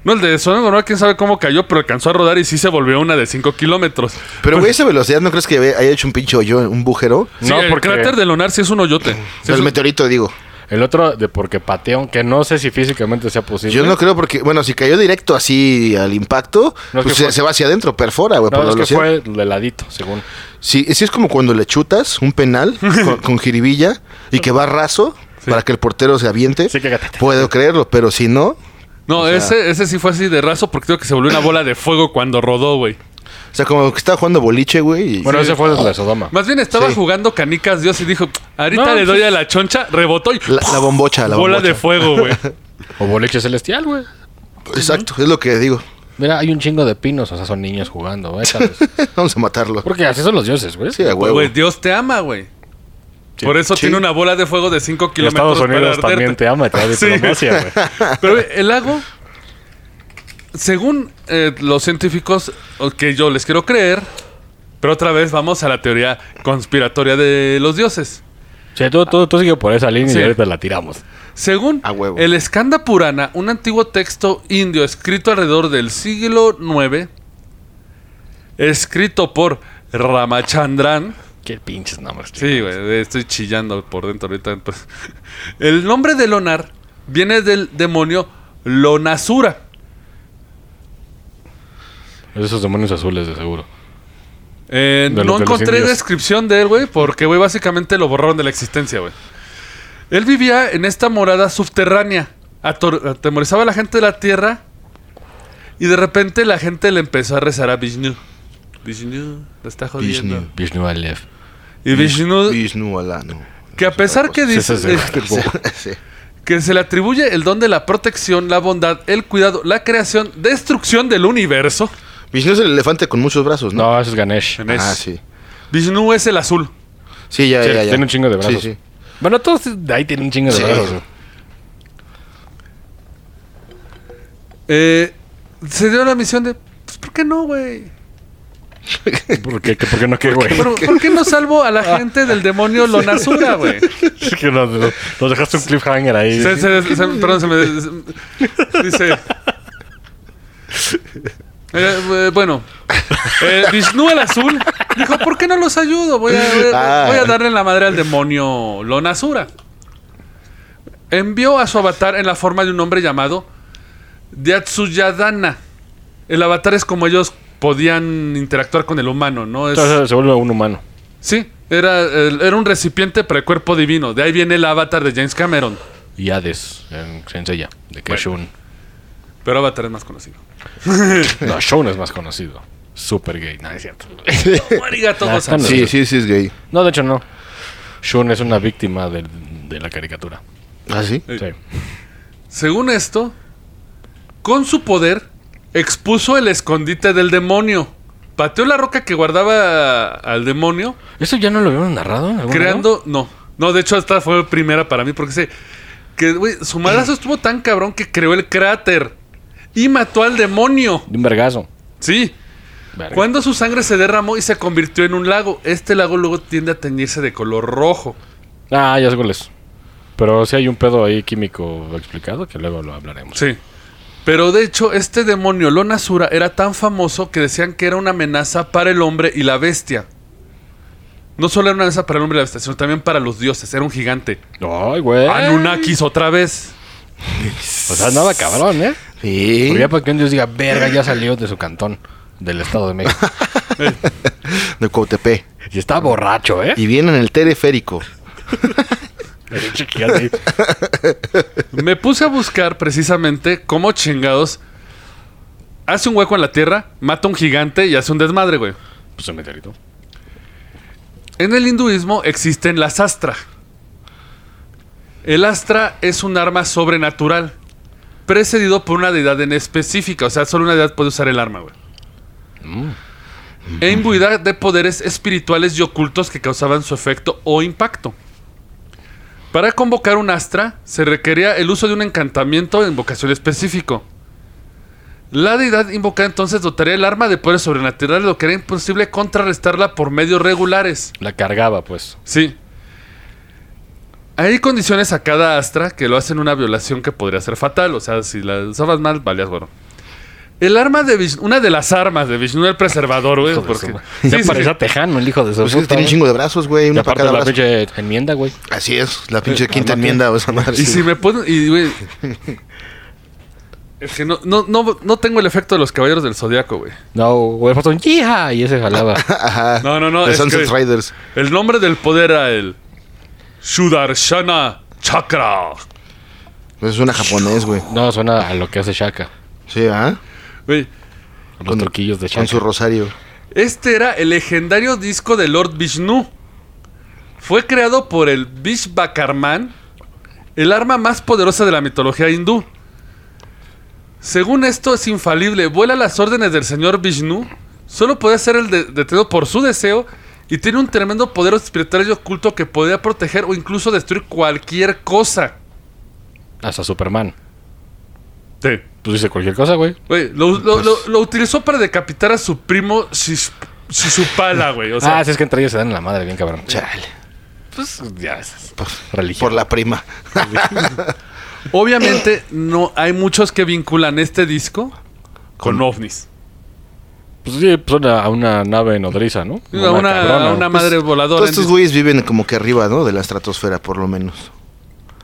S2: No, el de Sonora, Gomorra, quién sabe cómo cayó, pero alcanzó a rodar y sí se volvió una de 5 kilómetros.
S4: Pues
S3: Pero, güey, esa velocidad, ¿no crees que haya hecho un pinche hoyo, un bujero?
S2: Sí,
S4: No,
S2: el
S4: porque-
S2: cráter de Lonar sí es un hoyote. Sí es
S3: el
S2: un-
S3: meteorito, digo.
S4: El otro de porque pateón, que no sé si físicamente sea posible.
S3: Yo no creo porque, bueno, si cayó directo así al impacto,
S4: No, es
S3: pues
S4: que
S3: se,
S4: fue-
S3: se va hacia adentro, perfora, güey, por
S4: No,
S3: la
S4: es que
S3: velocidad.
S4: fue de ladito, según.
S3: Sí, sí es como cuando le chutas un penal con, con jiribilla y que va raso para que el portero se aviente.
S4: Sí, que gatate.
S3: Puedo creerlo, pero si no,
S2: No, ese, ese sí fue así de raso porque creo que se volvió una bola de fuego cuando rodó, güey.
S3: o sea, como que estaba jugando boliche, güey. y-
S4: Bueno, ese fue el de Sodoma.
S2: Más bien estaba
S3: Sí.
S2: jugando canicas Dios y dijo, ahorita
S4: No,
S2: le doy
S4: pues-
S2: a la choncha, rebotó y
S3: La, la bombocha, la
S2: bola
S3: bombocha.
S2: de fuego, güey. Pues,
S4: O boliche celestial, güey.
S3: Exacto, es lo que digo.
S4: Mira, hay un chingo de pinos, o sea, son niños jugando, güey. échalos.
S3: Eh, Vamos a matarlo.
S4: Porque así son los dioses, güey.
S3: Sí, a huevo.
S2: Güey, Dios te ama, güey.
S4: Sí.
S2: Por eso
S3: Sí.
S2: tiene una bola de fuego de 5
S4: Y
S2: kilómetros
S4: Estados Unidos
S2: para
S4: también
S2: arderte.
S4: te ama y te da
S2: Sí.
S4: diplomacia, güey.
S2: Pero güey, el lago, según eh, los científicos o que yo les quiero creer, pero otra vez vamos a la teoría conspiratoria de los dioses.
S4: Sí, tú, tú, tú sigue por esa línea
S2: Sí.
S4: y ahorita la tiramos.
S2: Según
S3: A huevo.
S2: el Skanda Purana, un antiguo texto indio escrito alrededor del siglo IX, escrito por Ramachandran.
S4: Qué pinches nombres. tío.
S2: Sí, güey, estoy chillando por dentro ahorita. entonces. El nombre de Lonar viene del demonio Lonasura.
S4: Esos demonios azules, de seguro.
S2: Eh,
S4: De
S2: no
S4: los- de los
S2: encontré
S4: indios.
S2: descripción de él, güey, porque, güey, básicamente lo borraron de la existencia, güey. Él vivía en esta morada subterránea, ator- atemorizaba a la gente de la tierra y de repente la gente le empezó a rezar a Vishnu. Vishnu, lo está jodiendo.
S3: Vishnu.
S4: Vishnu Aleph.
S2: Y Vishnu,
S3: Vishnu Alano.
S2: que a pesar que dice... eh,
S4: Ese es de-
S3: Sí, sí.
S2: que se le atribuye el don de la protección, la bondad, el cuidado, la creación, destrucción del universo.
S3: Vishnu es el elefante con muchos brazos, Pues ¿no?
S4: No, ese es Ganesh.
S2: Ganesh.
S3: Ah, sí.
S2: Vishnu es el azul.
S3: Sí, ya,
S4: Sí,
S3: ya, ya.
S4: tiene un chingo de brazos.
S3: Sí, sí.
S4: Bueno, todos de ahí tienen un chingo de
S3: Sí.
S4: brazos. güey.
S2: Eh, se dio la misión de, pues, ¿por qué no, güey?
S4: ¿Por qué, ¿Por qué no qué, güey?
S2: ¿Por, por qué no salvo a la gente del demonio Lonasura, güey?
S4: Es que nos, nos- nos dejaste un cliffhanger ahí.
S2: Se- se- se- perdón, se me... se- dice... Eh, eh, bueno, eh, Vishnu el azul dijo, ¿por qué no los ayudo? Voy a, voy a-
S3: Ah.
S2: voy a darle la madre al demonio Lonasura. Envió a su avatar en la forma de un hombre llamado Yatsuyadana. El avatar es como ellos podían interactuar con el humano, ¿no? Es,
S4: Entonces se vuelve un humano.
S2: sí, era, el- era un recipiente para el cuerpo divino. De ahí viene el avatar de James Cameron.
S4: Y Hades, en Senseiya, de que Shun.
S2: Pero avatar es más conocido.
S4: No, Shun es más conocido. Super gay, no es cierto.
S2: Arigato,
S4: Ah,
S2: gozan.
S4: están-
S3: Sí, sí, sí, es gay.
S4: No, de hecho no. Shun es una víctima del- de la caricatura.
S3: ¿Ah, sí?
S2: Sí.
S4: Sí.
S2: Según esto, con su poder expuso el escondite del demonio. Pateó la roca que guardaba al demonio,
S4: ¿Eso ya no lo habían narrado? en algún lado?
S2: creando. No, no, de hecho, esta fue primera para mí, porque sé que güey, su madrazo estuvo tan cabrón que creó el cráter y mató al demonio.
S4: De un vergazo.
S2: Sí.
S4: Verga.
S2: Cuando su sangre se derramó y se convirtió en un lago, este lago luego tiende a teñirse de color rojo.
S4: Ah, ya sé cuál es. Pero sí hay un pedo ahí químico explicado que luego lo hablaremos.
S2: Sí. Pero de hecho, este demonio Lonasura era tan famoso que decían que era una amenaza para el hombre y la bestia. No solo era una mesa para el hombre y la bestia, sino también para los dioses. Era un gigante.
S4: Ay, güey.
S2: Ah, Anunnakis otra vez.
S4: O sea, andaba cabrón, ¿eh?
S3: Sí.
S4: Pero ya para que un dios diga, verga, ya salió de su cantón, del Estado de México.
S3: De Cuautepec.
S4: y está borracho, ¿eh?
S3: Y viene en el teleférico.
S4: El chiquillo así. Pues
S2: Me puse a buscar precisamente cómo chingados hace un hueco en la tierra, mata a un gigante y hace un desmadre, güey.
S4: Pues un meteorito.
S2: En el hinduismo existen las astra. El astra es un arma sobrenatural, precedido por una deidad en específica. O sea, solo una deidad puede usar el arma, güey. E imbuida de poderes espirituales y ocultos que causaban su efecto o impacto. Para convocar un astra, se requería el uso de un encantamiento o invocación específico. La deidad invocada entonces dotaría el arma de poderes sobrenaturales, lo que era imposible contrarrestarla por medios regulares.
S4: La cargaba, pues.
S2: Sí. Hay condiciones a cada astra que lo hacen una violación que podría ser fatal. O sea, si la usabas mal, valías bueno. El arma de Vishnu, una de las armas de Vishnu el preservador, güey.
S4: Hijo de
S2: Porque,
S4: su madre.
S2: Sí,
S4: Se
S2: sí,
S4: parece
S2: sí.
S4: a Tejano, el hijo de su
S3: Pues es que
S4: puta,
S3: tiene un
S4: ¿eh?
S3: chingo de brazos, güey.
S4: Y
S3: Una para
S4: aparte
S3: cada
S4: la
S3: brazo.
S4: pinche enmienda, güey.
S3: Así es, la pinche quinta enmienda o esa madre.
S2: Y si me ponen. Y, güey. Es que no, no, no, no tengo el efecto de los caballeros del zodiaco, güey.
S4: No, güey, el ratón, ¡yija! Y ese jalaba.
S3: Ajá.
S2: No, no, no,
S3: De
S2: es
S3: Sunset
S2: que-
S3: Riders.
S2: El nombre del poder era el Sudarshana Chakra.
S3: Pues suena japonés, güey.
S4: No, suena a lo que hace Shaka.
S3: Sí, ¿ah?
S2: Güey,
S4: Los
S3: Con-
S4: truquillos de
S3: Con
S4: Shaka.
S3: su rosario.
S2: Este era el legendario disco de Lord Vishnu. Fue creado por el Vishvakarman, el arma más poderosa de la mitología hindú. Según esto, es infalible, vuela las órdenes del señor Vishnu, solo puede ser el de- detenido por su deseo y tiene un tremendo poder espiritual y oculto que podría proteger o incluso destruir cualquier cosa.
S4: Hasta Superman.
S2: Sí.
S4: Pues dice cualquier cosa, güey.
S2: Güey, lo, lo-
S4: Pues-
S2: lo- lo utilizó para decapitar a su primo Shish- Shishupala, güey. O sea,
S4: ah, sí, es que entre ellos se dan en la madre, bien cabrón.
S3: Chale.
S4: Pues ya, es
S3: Por,
S4: religión.
S3: por la prima.
S2: Obviamente, no hay muchos que vinculan este disco con ovnis.
S4: Pues sí, pues suena a una nave nodriza, ¿no?
S2: A una,
S4: cabrona.
S2: a una madre voladora.
S3: Pues, Todos estos güeyes viven como que arriba, ¿no? De la estratosfera, por lo menos.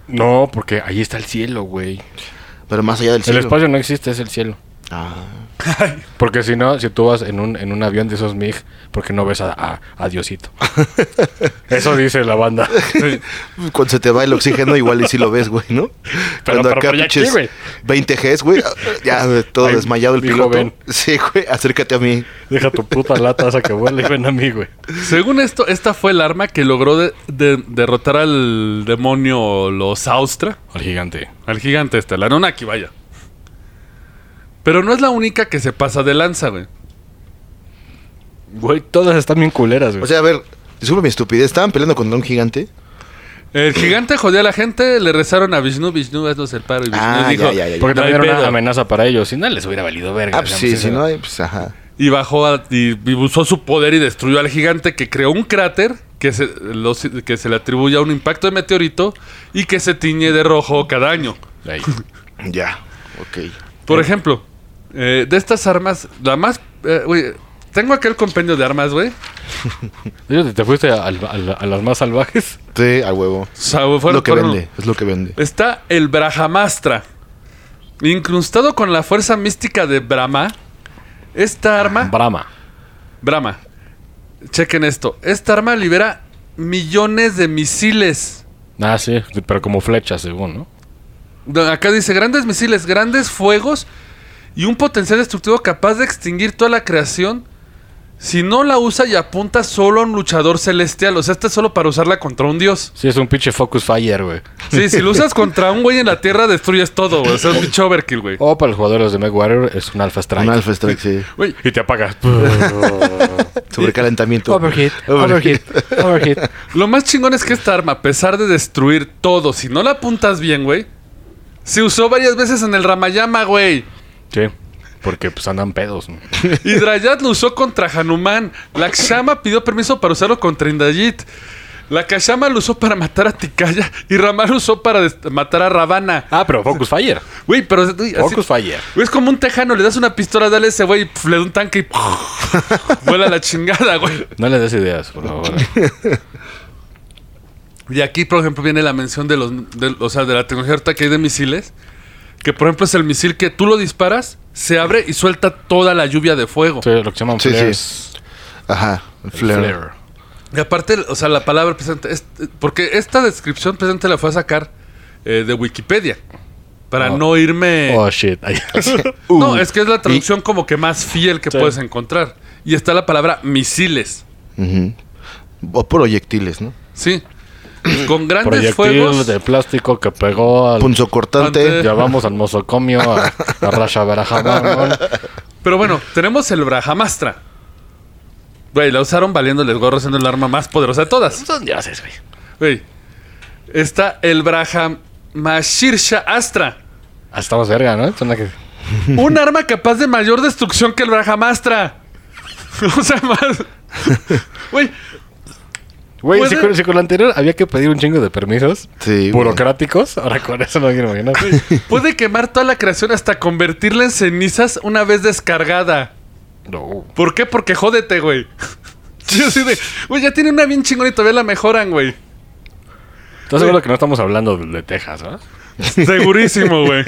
S4: No, porque ahí está el cielo, güey.
S3: Pero más allá del
S4: El
S3: cielo.
S4: espacio no existe, es el cielo.
S3: Ah.
S4: Porque si no, si tú vas en un, en un avión de esos MIG, porque no ves a, a- a Diosito. Eso dice la banda.
S3: pues, Cuando se te va el oxígeno, igual y sí lo ves, güey, ¿no?
S4: Pero-
S3: Cuando
S4: pero- pero ya aquí,
S3: pinches
S4: güey.
S3: 20 Gs, güey, ya eh, todo
S4: Ay,
S3: desmayado el
S4: hijo,
S3: piloto.
S4: ven.
S3: Sí, güey, acércate a mí.
S4: Deja tu puta lata esa que vuela y ven a mí, güey.
S2: Según esto, esta fue el arma que logró de- de- derrotar al demonio los Austra,
S4: Al gigante.
S2: al gigante este, la Anunnaki, vaya. Pero no es la única que se pasa de lanza, güey.
S4: Güey, todas están bien culeras, güey.
S3: O sea, a ver, disculpa mi estupidez. ¿Estaban peleando contra un gigante?
S2: El gigante jodió a la gente, le rezaron a Vishnu, Vishnu, haznos el paro. Y Vishnu
S3: Ah,
S2: dijo,
S3: ya, ya, ya, ya.
S4: porque
S2: "No hay
S4: también era
S2: pedo".
S4: una amenaza para ellos. Si no, les hubiera valido verga.
S3: Ah, pues
S4: digamos,
S3: sí, si
S4: esa-
S3: no hay, pues ajá.
S2: Y bajó a- y, y usó su poder y destruyó al gigante que creó un cráter que se, los- que se le atribuye a un impacto de meteorito y que se tiñe de rojo cada año.
S4: Ahí.
S3: Ya, ok.
S2: Por ejemplo, eh, de estas armas, la más... eh, güey, tengo aquel compendio de armas, güey.
S4: Digo, ¿Te, te fuiste al- al- a las más salvajes?
S3: Sí, al huevo.
S2: O sea, Ah, güey,
S3: Es
S2: fueron-
S3: lo que
S2: fueron-
S3: vende, es lo que vende.
S2: Está el Brahamastra. Incrustado con la fuerza mística de Brahma, esta arma...
S4: Brahma.
S2: Brahma. Chequen esto. Esta arma libera millones de misiles.
S4: Ah, sí, pero como flechas, según, ¿no?
S2: No, Acá dice grandes misiles, grandes fuegos y un potencial destructivo capaz de extinguir toda la creación si no la usa y apunta solo a un luchador celestial. O sea, esta es solo para usarla contra un dios.
S4: Sí, es un pinche Focus Fire, güey.
S2: Sí, si lo usas contra un güey en la tierra, destruyes todo, güey. O sea, es un pinche overkill, güey.
S4: O para los jugadores de MechWarrior es un Alpha Strike.
S3: Un Alpha Strike, sí.
S2: Güey,
S4: Y te apagas.
S3: Sobrecalentamiento.
S6: Overheat, overheat, overheat.
S2: Lo más chingón es que esta arma, a pesar de destruir todo, si no la apuntas bien, güey, se usó varias veces en el Ramayama, güey.
S4: sí, porque pues andan pedos. ¿no?
S2: Hidrayat lo usó contra Hanuman. Lakshama pidió permiso para usarlo contra Indayit. La Kashama lo usó para matar a Tikaya y Ramar lo usó para dest- matar a Ravana.
S4: Ah, pero Focus Fire.
S2: Güey, pero... güey, así-
S4: Focus Fire.
S2: Güey, es como un tejano, le das una pistola, dale ese güey, y, pf, le da un tanque y pf, vuela la chingada, güey.
S4: No le des ideas, por favor.
S2: Y aquí, por ejemplo, viene la mención de los, de, o sea, de la tecnología ahorita que hay de misiles, que por ejemplo es el misil que tú lo disparas, se abre y suelta toda la lluvia de fuego.
S4: Sí, lo que se llaman
S3: Sí, sí.
S4: flares.
S3: Ajá, el flare.
S4: Flare.
S2: Y aparte, o sea, la palabra presente, es- porque esta descripción presente la fue a sacar eh, de Wikipedia, para
S4: Oh.
S2: no irme...
S4: Oh, shit. Ay.
S2: No, es que es la traducción como que más fiel que
S4: Sí.
S2: puedes encontrar. Y está la palabra misiles,
S3: Ujú. O proyectiles, ¿no?
S2: ¿sí? Con grandes
S4: Proyectil
S2: fuegos...
S4: de plástico que pegó al...
S3: Punzocortante.
S2: Ante-
S4: Llevamos al mosocomio, a, a Rasha Barajamamón.
S2: Pero bueno, tenemos el Brajamastra. Güey, la usaron valiéndoles gorro siendo el arma más poderosa de todas.
S4: Son dioses, güey.
S2: Güey. Está el Brajamashirsha Astra.
S4: Ah, Estamos verga, ¿no? Son la que-
S2: Un arma capaz de mayor destrucción que el Brajamastra. O sea, más. Güey,
S4: Güey,
S2: Puede-
S4: si con, si con la anterior había que pedir un chingo de permisos
S3: Pues Sí, güey.
S4: burocráticos, ahora con eso no quiero imaginar.
S2: puede quemar toda la creación hasta convertirla en cenizas una vez descargada.
S4: No.
S2: ¿Por qué? Porque jódete, güey. Yo así de, güey, ya tiene una bien chingona y todavía la mejoran, güey.
S4: Estás seguro que no estamos hablando de, de Texas, ¿no?
S2: Segurísimo, güey.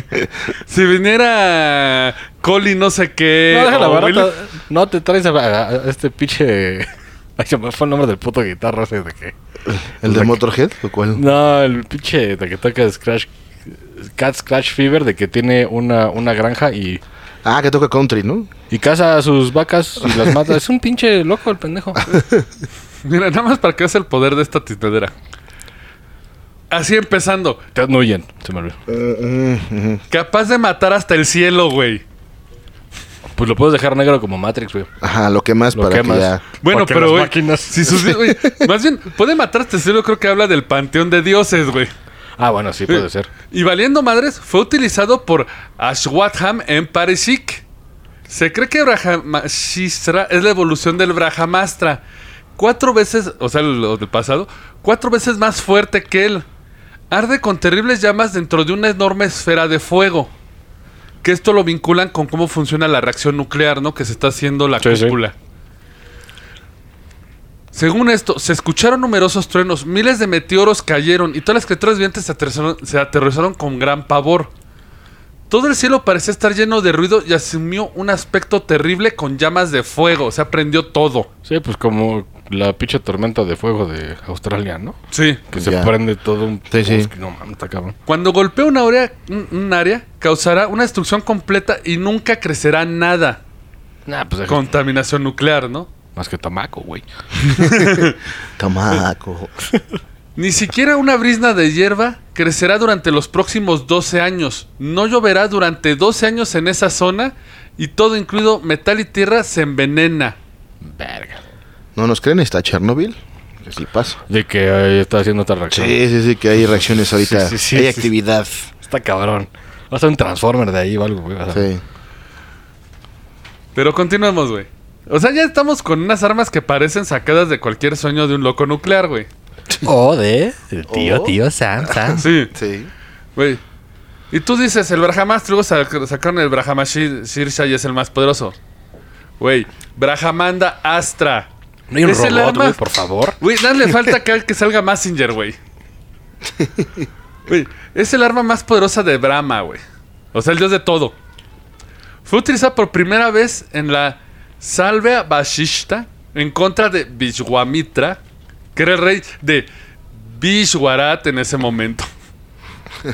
S2: Si viniera Coli no sé
S3: Eh,
S2: qué.
S4: no, déjala
S2: o
S4: barata.
S2: Willy-
S4: No te traes a, a- a este pinche. Ay, se me fue el nombre del puto guitarro ese de que.
S3: ¿El de Motorhead? ¿O cuál?
S4: No, el pinche de que toca Scratch. Cat Scratch Fever, de que tiene una, una granja y,
S3: Ah, que toca country, ¿no?
S4: y caza a sus vacas y las mata. es un pinche loco el pendejo.
S2: Mira, nada más para que veas el poder de esta titadera. Así empezando.
S4: Te no huyen, se me olvidó. Mm,
S2: Capaz de matar hasta el cielo, güey.
S4: Pues lo puedes dejar negro como Matrix, güey.
S3: Ajá, lo que más
S4: Lo
S3: para
S4: quemas.
S3: que ya...
S2: Bueno,
S4: Porque
S2: pero,
S4: las
S2: güey.
S4: máquinas-
S2: Si sus, güey, más bien, puede matar hasta el cielo, creo que habla del panteón de dioses, güey.
S4: Ah, bueno, sí puede ser.
S2: Y valiendo madres, fue utilizado por Ashwatham en Parishik. Se cree que Brahmashistra es la evolución del Brahamastra. Cuatro veces, o sea, lo del pasado, cuatro veces más fuerte que él. Arde con terribles llamas dentro de una enorme esfera de fuego. Que esto lo vinculan con cómo funciona la reacción nuclear, ¿no? Que se está haciendo la
S4: Sí, sí.
S2: cúpula. Según esto, se escucharon numerosos truenos, miles de meteoros cayeron y todas las criaturas vivientes se aterrizaron, se aterrorizaron con gran pavor. Todo el cielo parecía estar lleno de ruido y asumió un aspecto terrible con llamas de fuego. Se aprendió todo.
S4: Sí, pues como la pinche tormenta de fuego de Australia, ¿no?
S2: Sí.
S4: Que se
S3: Ya.
S4: prende todo un...
S3: Sí, sí.
S4: No, mames, está cabrón.
S2: Cuando golpea un área, un, un área, causará una destrucción completa y nunca crecerá nada.
S4: Nah, pues deja-
S2: Contaminación nuclear, ¿no?
S4: Más que tamaco, güey.
S3: Tamaco.
S2: Ni siquiera una brisna de hierba crecerá durante los próximos 12 años. No lloverá durante 12 años en esa zona y todo incluido metal y tierra se envenena.
S4: Verga.
S3: ¿No nos creen? ¿Está Chernobyl? Que sí pasa.
S4: De que eh, está haciendo otra reacción.
S3: Sí, sí, sí, que hay reacciones ahorita.
S4: Sí, sí, sí,
S3: hay
S4: sí.
S3: actividad.
S4: Está cabrón. Va a ser un Transformer de ahí o algo, güey. O sea,
S3: Sí.
S2: Pero continuemos, güey. O sea, ya estamos con unas armas que parecen sacadas de cualquier sueño de un loco nuclear, güey.
S6: O de tío,
S3: O-
S6: tío, Sam, Sam.
S2: Sí,
S3: Sí. güey.
S2: güey. Y tú dices, el Brahmas, luego sac- sacaron el Brahmashir- Shirsha y es el más poderoso. Güey, Brahmanda Astra.
S4: No hay un
S2: Es el
S4: robot,
S2: arma-
S4: güey, por favor.
S2: Güey, nada le falta que, que salga Massinger, güey. Güey, es el arma más poderosa de Brahma, güey. O sea, el dios de todo. Fue utilizada por primera vez en la Salvea Vashishta en contra de Vishwamitra, que era el rey de Vishwarat en ese momento.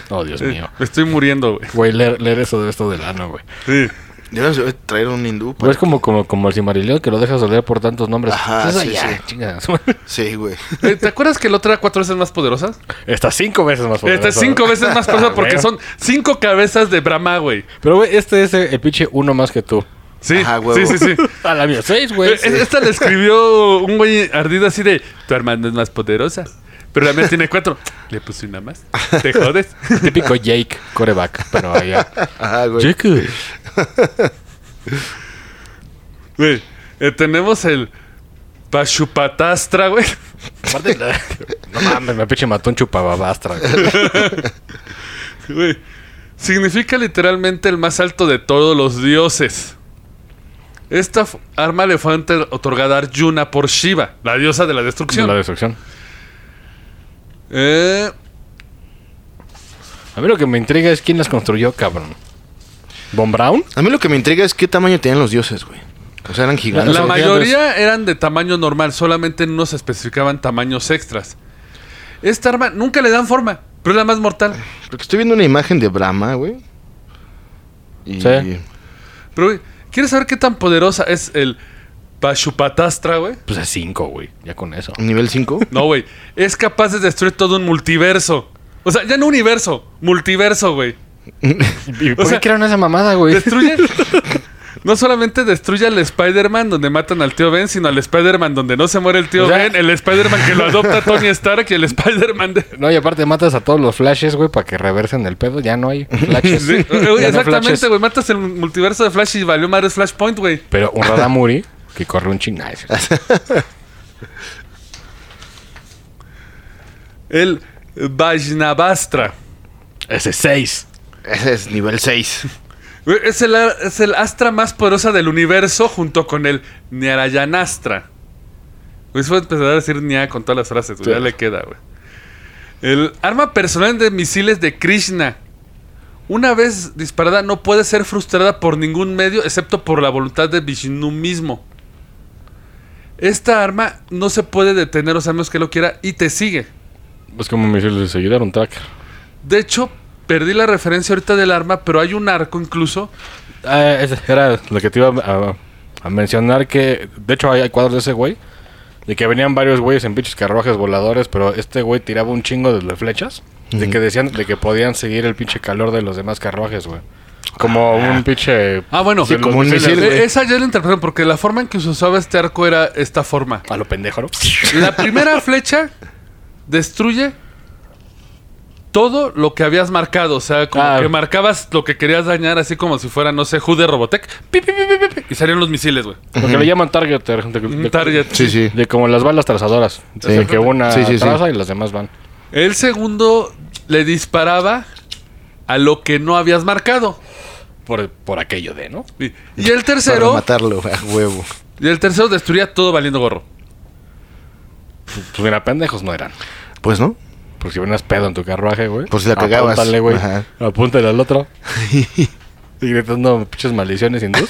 S4: Oh, Dios
S2: Eh,
S4: mío.
S2: Me estoy muriendo, güey.
S4: Güey, leer, leer eso de esto del ano, güey.
S2: Sí.
S3: Debemos traer un hindú.
S4: Güey,
S3: para-
S4: es como, como, como el Cimarillion que lo dejas oler por tantos nombres. Pues
S3: Ajá,
S4: Eso
S3: sí,
S4: ya,
S3: sí.
S4: chinga.
S3: Sí, güey.
S2: Eh, ¿Te acuerdas que el otro era cuatro veces más poderosa?
S4: Está cinco veces más
S2: Esta es
S4: poderoso.
S2: cinco veces más poderosa porque
S4: Bueno.
S2: son cinco cabezas de Brahma, güey.
S4: Pero, güey, este es el, el pinche uno más que tú.
S2: Sí,
S3: Ajá, huevo.
S2: sí, sí, sí.
S4: A la mía, seis, güey.
S2: Eh, Esta le escribió un güey ardido así de tu hermana es más poderosa. Pero la mía tiene cuatro. Le puse una más. Te jodes.
S4: Típico Jake, coreback. Pero allá.
S3: Ajá, güey.
S4: Jake. eh.
S2: Güey, eh, tenemos el Pachupatastra, güey.
S4: Aparte, la- no mames, me pinche mató un chupababastra. güey.
S2: Güey. Significa literalmente el más alto de todos los dioses. Esta f- arma le fue ante- otorgada a Arjuna por Shiva, la diosa de la destrucción.
S4: La destrucción.
S2: Eh,
S4: A mí lo que me intriga es quién las construyó, cabrón. ¿Von Brown?
S3: A mí lo que me intriga es qué tamaño tenían los dioses, güey. O sea, eran gigantes.
S2: la
S4: Los
S2: mayoría eran de tamaño normal, solamente no se especificaban tamaños extras. Esta arma nunca le dan forma, pero es la más mortal.
S3: Porque estoy viendo una imagen de Brahma, güey. Y
S4: Sí.
S2: Pero, güey, ¿quieres saber qué tan poderosa es el Pachupatastra, güey?
S4: Pues a cinco, güey. Ya con eso.
S3: nivel 5.
S2: No, güey. Es capaz de destruir todo un multiverso. O sea, ya no universo, multiverso, güey.
S4: ¿Y
S2: O
S4: por qué
S2: sea,
S4: crearon esa mamada, güey?
S2: Destruye. No solamente destruye al Spider-Man donde matan al tío Ben, sino al Spider-Man donde no se muere el tío
S4: O sea-
S2: Ben, el Spider-Man que lo adopta Tony Stark y el Spider-Man de.
S4: No, y aparte matas a todos los flashes, güey, para que reversen el pedo. Ya no hay flashes.
S2: Sí,
S4: Ya no hay flashes.
S2: Exactamente, güey. Matas el multiverso de Flash y valió madres Flashpoint, güey.
S4: Pero un Radamuri que corre un chingazo.
S2: El Vajnavastra.
S4: Ese seis.
S3: Ese es nivel 6.
S2: Güey, Es el, a- es el astra más poderosa del universo junto con el Nyarayanastra. Güey, se puede empezar a decir Nya con todas las frases, güey. Ya le queda, güey. El arma personal de misiles de Krishna. Una vez disparada no puede ser frustrada por ningún medio excepto por la voluntad de Vishnu mismo. Esta arma no se puede detener, o sea, a menos que lo quiera, y te sigue.
S4: Pues como me hicieron seguir un tracker.
S2: De hecho, perdí la referencia ahorita del arma, pero hay un arco incluso
S4: Ah, esa era lo que te iba a, a mencionar que... De hecho, hay, hay cuadros de ese güey. De que venían varios güeyes en pinches carruajes voladores, pero este güey tiraba un chingo de las flechas. De que decían de que podían seguir el pinche calor de los demás carruajes, güey. Como un pinche...
S2: Ah, bueno.
S3: Sí,
S2: De
S3: como
S2: los
S3: un
S2: misiles.
S3: misil,
S2: Eh,
S3: güey.
S2: Esa ya la interpretaron porque la forma en que se usaba este arco era esta forma.
S4: A lo pendejo, ¿no?
S2: La primera flecha destruye todo lo que habías marcado. O sea, como
S4: Ah.
S2: que marcabas lo que querías dañar, así como si fuera, no sé, Who de Robotech. Pi, pi, pi, pi, pi, pi, y salieron los misiles, güey.
S4: Lo que le llaman targeter. De, de-
S2: Target.
S3: Sí, sí.
S4: De como las balas trazadoras. O sea, que una
S3: Sí, sí, sí.
S4: traza y las demás van.
S2: El segundo le disparaba a lo que no habías marcado.
S4: Por, por aquello de, ¿no?
S2: Y y el
S3: Para
S2: tercero,
S3: matarlo, a huevo.
S2: y el tercero destruía todo valiendo gorro.
S4: Pues mira, pendejos no eran.
S3: Pues no.
S4: Porque si venías pedo en tu carruaje, güey.
S3: Por si la cagabas.
S4: Apúntale, güey.
S3: Ajá.
S4: Apúntale al otro. Y gritando pinches maldiciones hindús.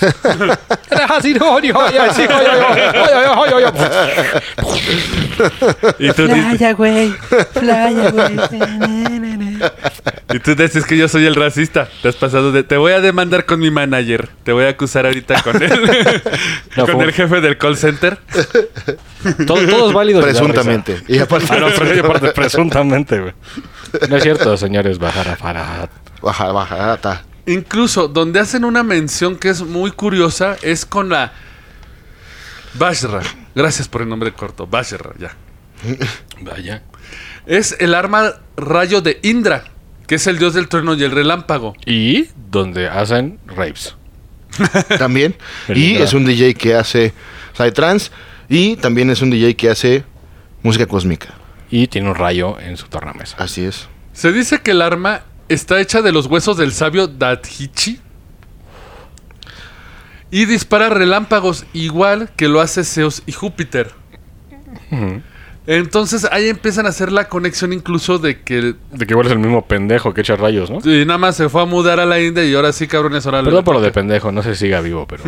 S2: Y tú, dices-
S6: Playa, güey. Playa, güey.
S2: Y tú dices que yo soy el racista. Te has pasado de. Te voy a demandar con mi manager. Te voy a acusar ahorita con él.
S4: No,
S2: con
S4: fue-
S2: el jefe del call center.
S4: Todo, todos válidos. de la
S3: Presuntamente. Y aparte.
S4: risa. Ah, no, pero aparte, presuntamente, güey. No es cierto, señores. Bajar a Farad.
S3: Baja, baja, ata.
S2: Incluso donde hacen una mención que es muy curiosa es con la. Bajra. Gracias por el nombre corto. Bajra, ya.
S4: Vaya.
S2: Es el arma rayo de Indra, que es el dios del trueno y el relámpago.
S4: Y donde hacen rapes.
S3: También. y
S4: Felicidad.
S3: es un DJ que hace trans Y también es un DJ que hace música cósmica.
S4: Y tiene un rayo en su tornamesa.
S3: Así es.
S2: Se dice que el arma está hecha de los huesos del sabio Dadhichi. Y dispara relámpagos igual que lo hace Zeus y Júpiter. Entonces ahí empiezan a hacer la conexión incluso de que el-
S4: De que igual es el mismo pendejo que echa rayos, ¿no?
S2: y nada más se fue a mudar a la India y ahora sí, cabrones, ahora le-
S4: Perdón por lo de pendejo, no sé si siga vivo, pero.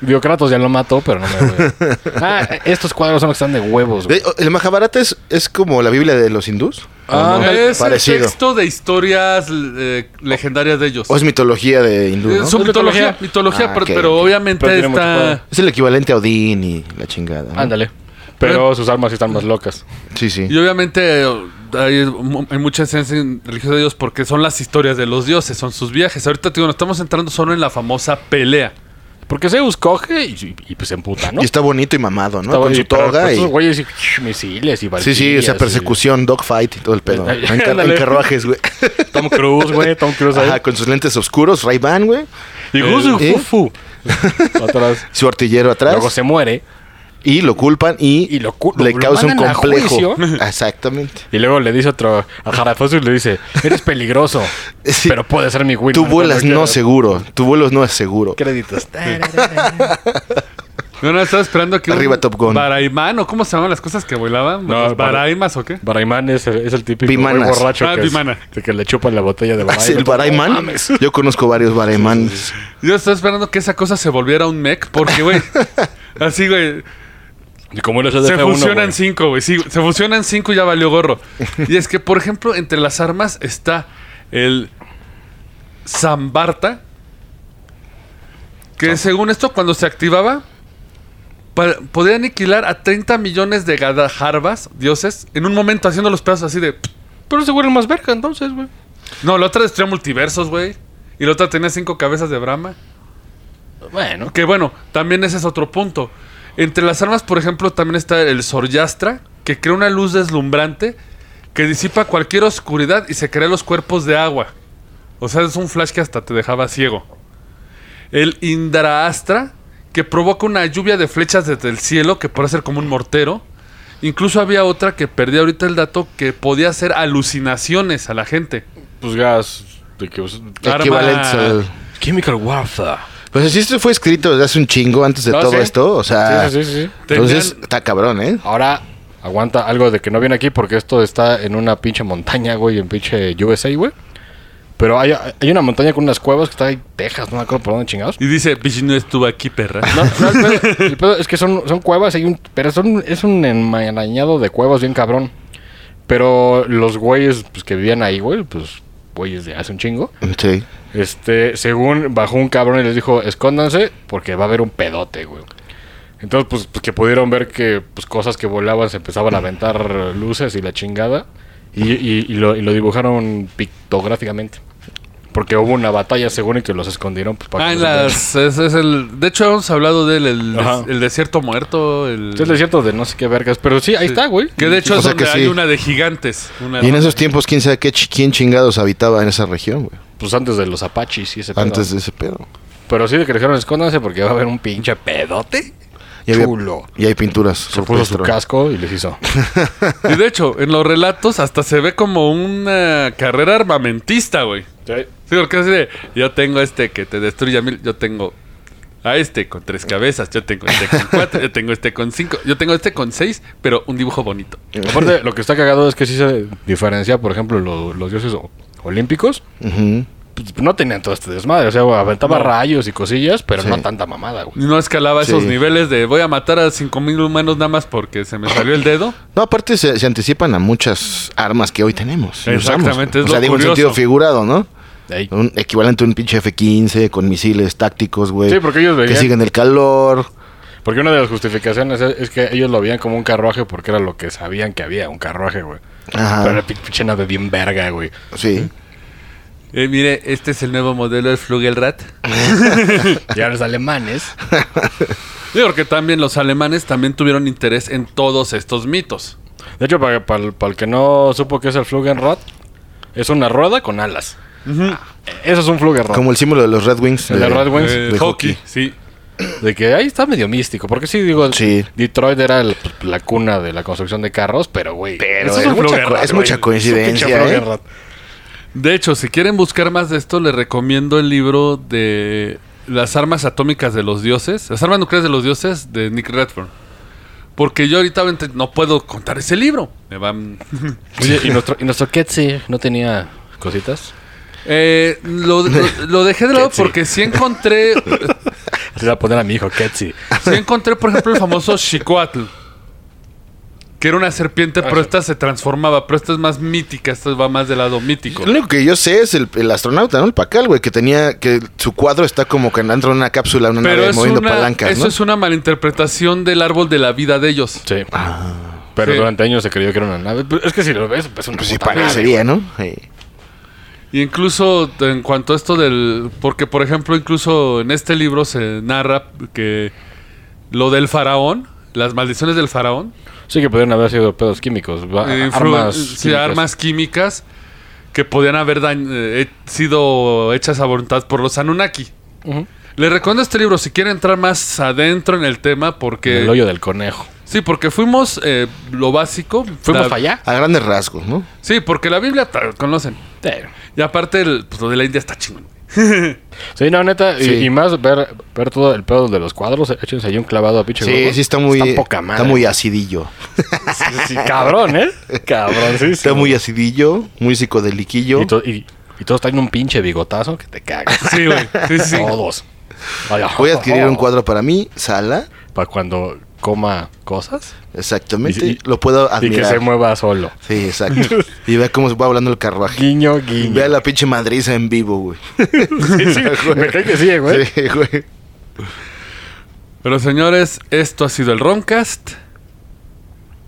S4: Digo, Kratos ya lo mató, pero no me voy. Ah, estos cuadros son los que están de huevos, güey.
S3: Eh, El Mahabharata es, es como la Biblia de los hindús. ¿o
S4: Ah,
S3: no?
S2: Es
S3: Parecido.
S2: el texto de historias eh, legendarias de ellos.
S3: O es mitología de hindú,
S2: Eh,
S3: ¿no?
S2: Su
S4: Es
S2: mitología,
S4: mitología.
S2: mitología,
S3: Ah,
S2: pero,
S3: ok,
S2: pero
S3: ok.
S2: obviamente
S4: Pero tiene mucho
S2: está...
S4: poder.
S3: Es el equivalente a Odín y la chingada. ¿no?
S4: Ándale. Pero sus armas sí están más locas.
S3: Sí, sí.
S2: Y obviamente eh, hay, mu- hay mucha esencia en- religiosa de Dios porque son las historias de los dioses, son sus viajes. Ahorita te digo, nos estamos entrando solo en la famosa pelea.
S4: Porque Zeus coge y, y, pues se emputa, ¿no?
S3: Y está bonito y mamado, ¿no?
S4: Está
S3: Con
S4: bueno,
S3: su
S4: y- pero- pero
S3: toga
S4: estos
S3: y...
S4: pues, güeyes y misiles y
S3: Sí,
S4: valquirias
S3: sí, esa
S4: y-
S3: persecución, dogfight y todo el pedo.
S4: Ay,
S3: En, car- en
S4: ándale.
S3: carruajes, güey.
S4: Tom Cruise, güey. Tom Cruise ahí.
S3: Ajá, con sus lentes oscuros, Ray-Ban, güey.
S4: Y Gusu,
S3: ¿Eh?
S4: Fufu. Atrás.
S3: Su artillero atrás.
S4: Luego se muere.
S3: Y lo culpan y,
S4: Y lo cu-
S3: le
S4: lo- lo
S3: causa un
S4: mandan a
S3: complejo.
S4: juicio.
S3: Exactamente.
S4: Y luego le dice otro a Jarafoso y le dice, eres peligroso,
S3: Sí.
S4: pero puede ser mi Will.
S3: Tu vuelas no seguro. Tu vuelo no es seguro.
S4: Créditos.
S2: No, no, estaba esperando que
S3: Arriba Top Gun.
S2: Baraimán, o cómo se llamaban las cosas que bailaban.
S4: No,
S2: ¿Las
S4: para-
S2: Baraimas o qué?
S4: Baraimán es, el- es el típico güey
S3: Bimanas.
S4: borracho
S2: Ah,
S4: que, es-
S2: Bimana.
S4: de que le chupan la botella de
S3: ¿Es el
S4: No
S3: Barayman?
S4: mames.
S3: Yo conozco varios Baraymanes.
S2: Yo estaba esperando que esa cosa se volviera un mech, porque, güey. así, güey.
S4: Y como él es
S2: Se
S4: F1,
S2: fusionan
S4: güey.
S2: cinco, güey. Sí, se fusionan cinco y ya valió gorro. Y es que, por ejemplo, entre las armas está el Zambarta. Que según esto, cuando se activaba, pa- podía aniquilar a 30 millones de Gadajarbas, dioses, en un momento haciendo los pedazos así de.
S4: Pero seguro el más verga entonces, güey.
S2: No, la otra destruía multiversos, güey. Y la otra tenía cinco cabezas de Brahma.
S4: Bueno.
S2: Que bueno, también ese es otro punto. Entre las armas, por ejemplo, también está el Soryastra, que crea una luz deslumbrante que disipa cualquier oscuridad y se crea los cuerpos de agua. O sea, es un flash que hasta te dejaba ciego. El Indraastra, que provoca una lluvia de flechas desde el cielo, que puede ser como un mortero. Incluso había otra que perdí ahorita el dato que podía hacer alucinaciones a la gente.
S4: Pues gas. De que, pues,
S2: Arma-
S3: Equivalentes al.
S4: Chemical Warfare.
S3: Pues si esto fue escrito desde hace un chingo antes de
S4: Ah,
S3: todo
S4: sí.
S3: esto, o sea.
S4: Sí, sí, sí, sí.
S3: Entonces,
S2: Tenían-
S3: está cabrón, ¿eh?
S4: Ahora aguanta algo de que no viene aquí porque esto está en una pinche montaña, güey, en pinche USA, güey. Pero hay, hay una montaña con unas cuevas que está en Texas, no me acuerdo por dónde chingados.
S2: Y dice, Vishnu estuvo aquí, perra.
S4: No, no, el, pedo, el pedo es que son, son cuevas, hay un, pero son, es un enmarañado de cuevas bien cabrón. Pero los güeyes pues, que vivían ahí, güey, pues güeyes de hace un chingo.
S3: Sí.
S4: Este, según bajó un cabrón y les dijo, escóndanse porque va a haber un pedote, güey. Entonces, pues, pues, que pudieron ver que pues, cosas que volaban se empezaban a aventar luces y la chingada. Y, y- y lo, y lo dibujaron pictográficamente. Porque hubo una batalla, según, y que los escondieron. Pues, para
S2: Ah,
S4: que
S2: en
S4: no se vieran.
S2: las, es, es el, de hecho, hemos hablado del el,
S4: Ajá.
S2: des- el desierto muerto. El,
S4: Entonces, es cierto de no sé qué vergas. Pero sí, ahí está, güey.
S2: que de hecho
S3: O
S2: es
S3: sea
S2: donde
S3: que
S2: hay
S3: sí.
S2: una de gigantes. una-
S3: Y en esos tiempos, quién sabe qué chi- quién chingados habitaba en esa región, güey.
S4: Pues antes de los apaches y ese pedo.
S3: Antes de ese pedo.
S4: Pero sí, de que le dijeron, escóndanse porque va a haber un pinche pedote.
S3: Y, había-
S4: Chulo.
S3: y hay pinturas.
S4: Se puso su
S3: rupestres.
S4: casco y les hizo.
S2: Y de hecho, en los relatos hasta se ve como una carrera armamentista, güey. Sí, porque así de, yo tengo este que te destruye a mil, yo tengo a este con tres cabezas, yo tengo este con cuatro, yo tengo este con cinco, yo tengo este con seis, pero un dibujo bonito.
S4: Aparte, lo que está cagado es que sí se diferencia, por ejemplo, lo- los dioses o- olímpicos.
S3: Ujú.
S4: pues, no tenían todo este desmadre. O sea, aventaba rayos y cosillas, pero
S3: Sí.
S4: no tanta mamada, güey.
S2: No escalaba esos
S3: Sí.
S2: niveles de voy a matar a cinco mil humanos nada más porque se me salió el dedo.
S3: No, aparte se, se anticipan a muchas armas que hoy tenemos. y usamos.
S2: Exactamente, es
S3: o sea,
S2: lo
S3: digo en
S2: curioso.
S3: sentido figurado, ¿no?
S4: Ahí.
S3: Un equivalente a un pinche F-15 con misiles tácticos, güey.
S4: Sí, porque ellos
S3: Que
S4: veían-
S3: siguen el calor.
S4: Porque una de las justificaciones es, es que ellos lo veían como un carruaje porque era lo que sabían que había, un carruaje, güey.
S3: Ajá.
S4: Pero era pin- pinche nave bien verga, güey.
S3: Sí.
S2: Eh, mire, este es el nuevo modelo del Flugelrat.
S4: Ya los alemanes.
S2: Digo, porque también los alemanes también tuvieron interés en todos estos mitos.
S4: De hecho, para, para el- para el que no supo qué es el Flugenrad, es una rueda con alas. Ah, Eso es un Flugenrad.
S3: Como el símbolo de los Red Wings.
S4: El
S3: de-
S4: de Red Wings.
S2: Eh,
S3: de
S2: hockey,
S3: hockey.
S2: sí.
S4: De que ahí está medio místico. Porque sí, digo,
S3: Sí.
S4: Detroit era el- la cuna de la construcción de carros, pero, güey.
S3: Pero
S4: eso
S3: es
S4: un
S3: mucha
S4: Flugenrad,
S3: co- es
S4: güey.
S3: mucha
S4: un
S3: coincidencia,
S4: pinche
S3: ¿eh?
S4: Flugenrad.
S2: De hecho, si quieren buscar más de esto, les recomiendo el libro de Las armas atómicas de los dioses, Las armas nucleares de los dioses de Nick Redford. Porque yo ahorita ent- no puedo contar ese libro. Me van-
S4: Oye, ¿y nuestro, ¿y nuestro Ketsi no tenía cositas?
S2: Eh, lo, lo- lo dejé de lado
S4: Ketsi.
S2: porque sí encontré,
S4: Se la poner a mi hijo Ketsi.
S2: sí encontré, por ejemplo, el famoso Xicoatl. Que era una serpiente,
S3: Ah,
S2: pero esta se transformaba. Pero esta es más mítica, esta va más del lado mítico.
S3: Lo único que yo sé es el, el astronauta, ¿no? El Pacal, güey, que tenía que su cuadro está como que dentro de una cápsula, una
S2: Pero
S3: nave
S2: es
S3: moviendo
S2: una-
S3: palancas,
S2: eso
S3: ¿no?
S2: es una malinterpretación del árbol de la vida de ellos.
S4: Sí. Pero
S2: Sí.
S4: durante años se creyó que era una nave. Pero Es que si lo ves, pues una
S3: Ah. Pues sí,
S4: puta nave.
S3: parecería, ¿no? Sí.
S2: Y incluso en cuanto a esto del... Porque, por ejemplo, incluso en este libro se narra que lo del faraón, las maldiciones del faraón,
S4: Sí que pudieron haber sido pedos químicos. va-
S2: eh, influ-
S4: armas,
S2: sí,
S4: químicas.
S2: armas químicas eh, que podían haber dañ- eh, he- sido hechas a voluntad por los Anunnaki.
S4: Ujú.
S2: Les recomiendo este libro si quieren entrar más adentro en el tema porque...
S4: El hoyo del conejo.
S2: Sí, porque fuimos eh, lo básico.
S4: ¿Fuimos
S2: La-
S4: para allá?
S3: A grandes rasgos, ¿no?
S2: Sí, porque la Biblia ta- conocen. Y aparte el- pues, lo de la India está chingón.
S4: Sí, no, neta. y-
S3: Sí.
S4: Y, más ver, ver todo el pedo de los cuadros. Échense ahí un clavado a pinche
S3: Sí,
S4: huevo.
S3: sí, está muy.
S4: Está poca madre.
S3: Está muy acidillo.
S4: Sí, sí, cabrón, ¿eh? Cabrón, sí.
S3: Está muy acidillo, muy psicodeliquillo.
S4: Y, to- y- y todos traen un pinche bigotazo que te cagas.
S2: Sí, güey. Sí, sí, sí.
S4: Todos.
S3: Voy a adquirir
S4: Oh.
S3: un cuadro para mí, sala,
S4: Para cuando coma cosas
S3: exactamente.
S4: Y- y-
S3: lo puedo
S4: y que se
S3: admirar.
S4: mueva solo.
S3: sí, exacto. y vea cómo se va hablando el carruaje.
S4: Guiño, guiño.
S3: Vea la pinche madriza en vivo, güey.
S4: Sí, sí, me cae que sí, eh, güey.
S3: Sí, güey.
S2: Pero señores, esto ha sido el Roncast.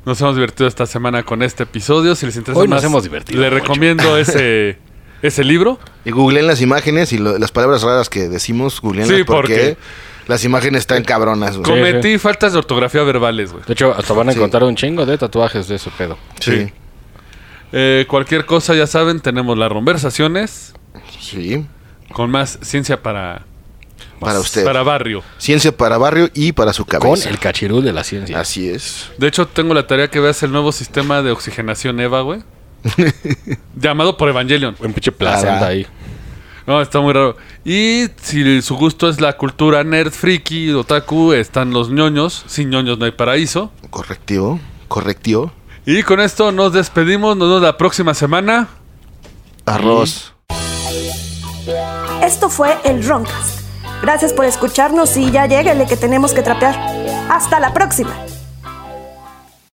S2: Nos hemos divertido esta semana con este episodio. Si les interesa
S4: Hoy
S2: más,
S4: nos hemos divertido
S2: les
S4: mucho.
S2: recomiendo ese, ese libro.
S3: Y googleen las imágenes y lo- las palabras raras que decimos, googleenlas
S2: Sí, porque-
S3: porque las imágenes están
S4: Eh,
S3: cabronas, güey.
S2: Cometí faltas de ortografía verbales, güey.
S4: De hecho, hasta van a
S3: Sí.
S4: encontrar un chingo de tatuajes de ese pedo.
S3: Sí,
S2: Eh, cualquier cosa, ya saben, tenemos las conversaciones
S3: sí.
S2: con más ciencia para,
S3: Para usted.
S2: para barrio.
S3: Ciencia para barrio y para su
S4: Con
S3: cabeza.
S4: el cachirú de la ciencia.
S3: Así es.
S2: De hecho, tengo la tarea que veas el nuevo sistema de oxigenación EVA, güey. llamado por Evangelion.
S4: Un pinche placenta
S3: Para-
S4: ahí.
S2: No, está muy raro. Y si su gusto es la cultura nerd, friki, otaku, están los ñoños. Sin ñoños no hay paraíso.
S3: Correctivo. Correctivo.
S2: Y con esto nos despedimos. Nos vemos la próxima semana.
S3: Arroz.
S1: Esto fue el Roncast. Gracias por escucharnos y ya lléguele que tenemos que trapear. ¡Hasta la próxima!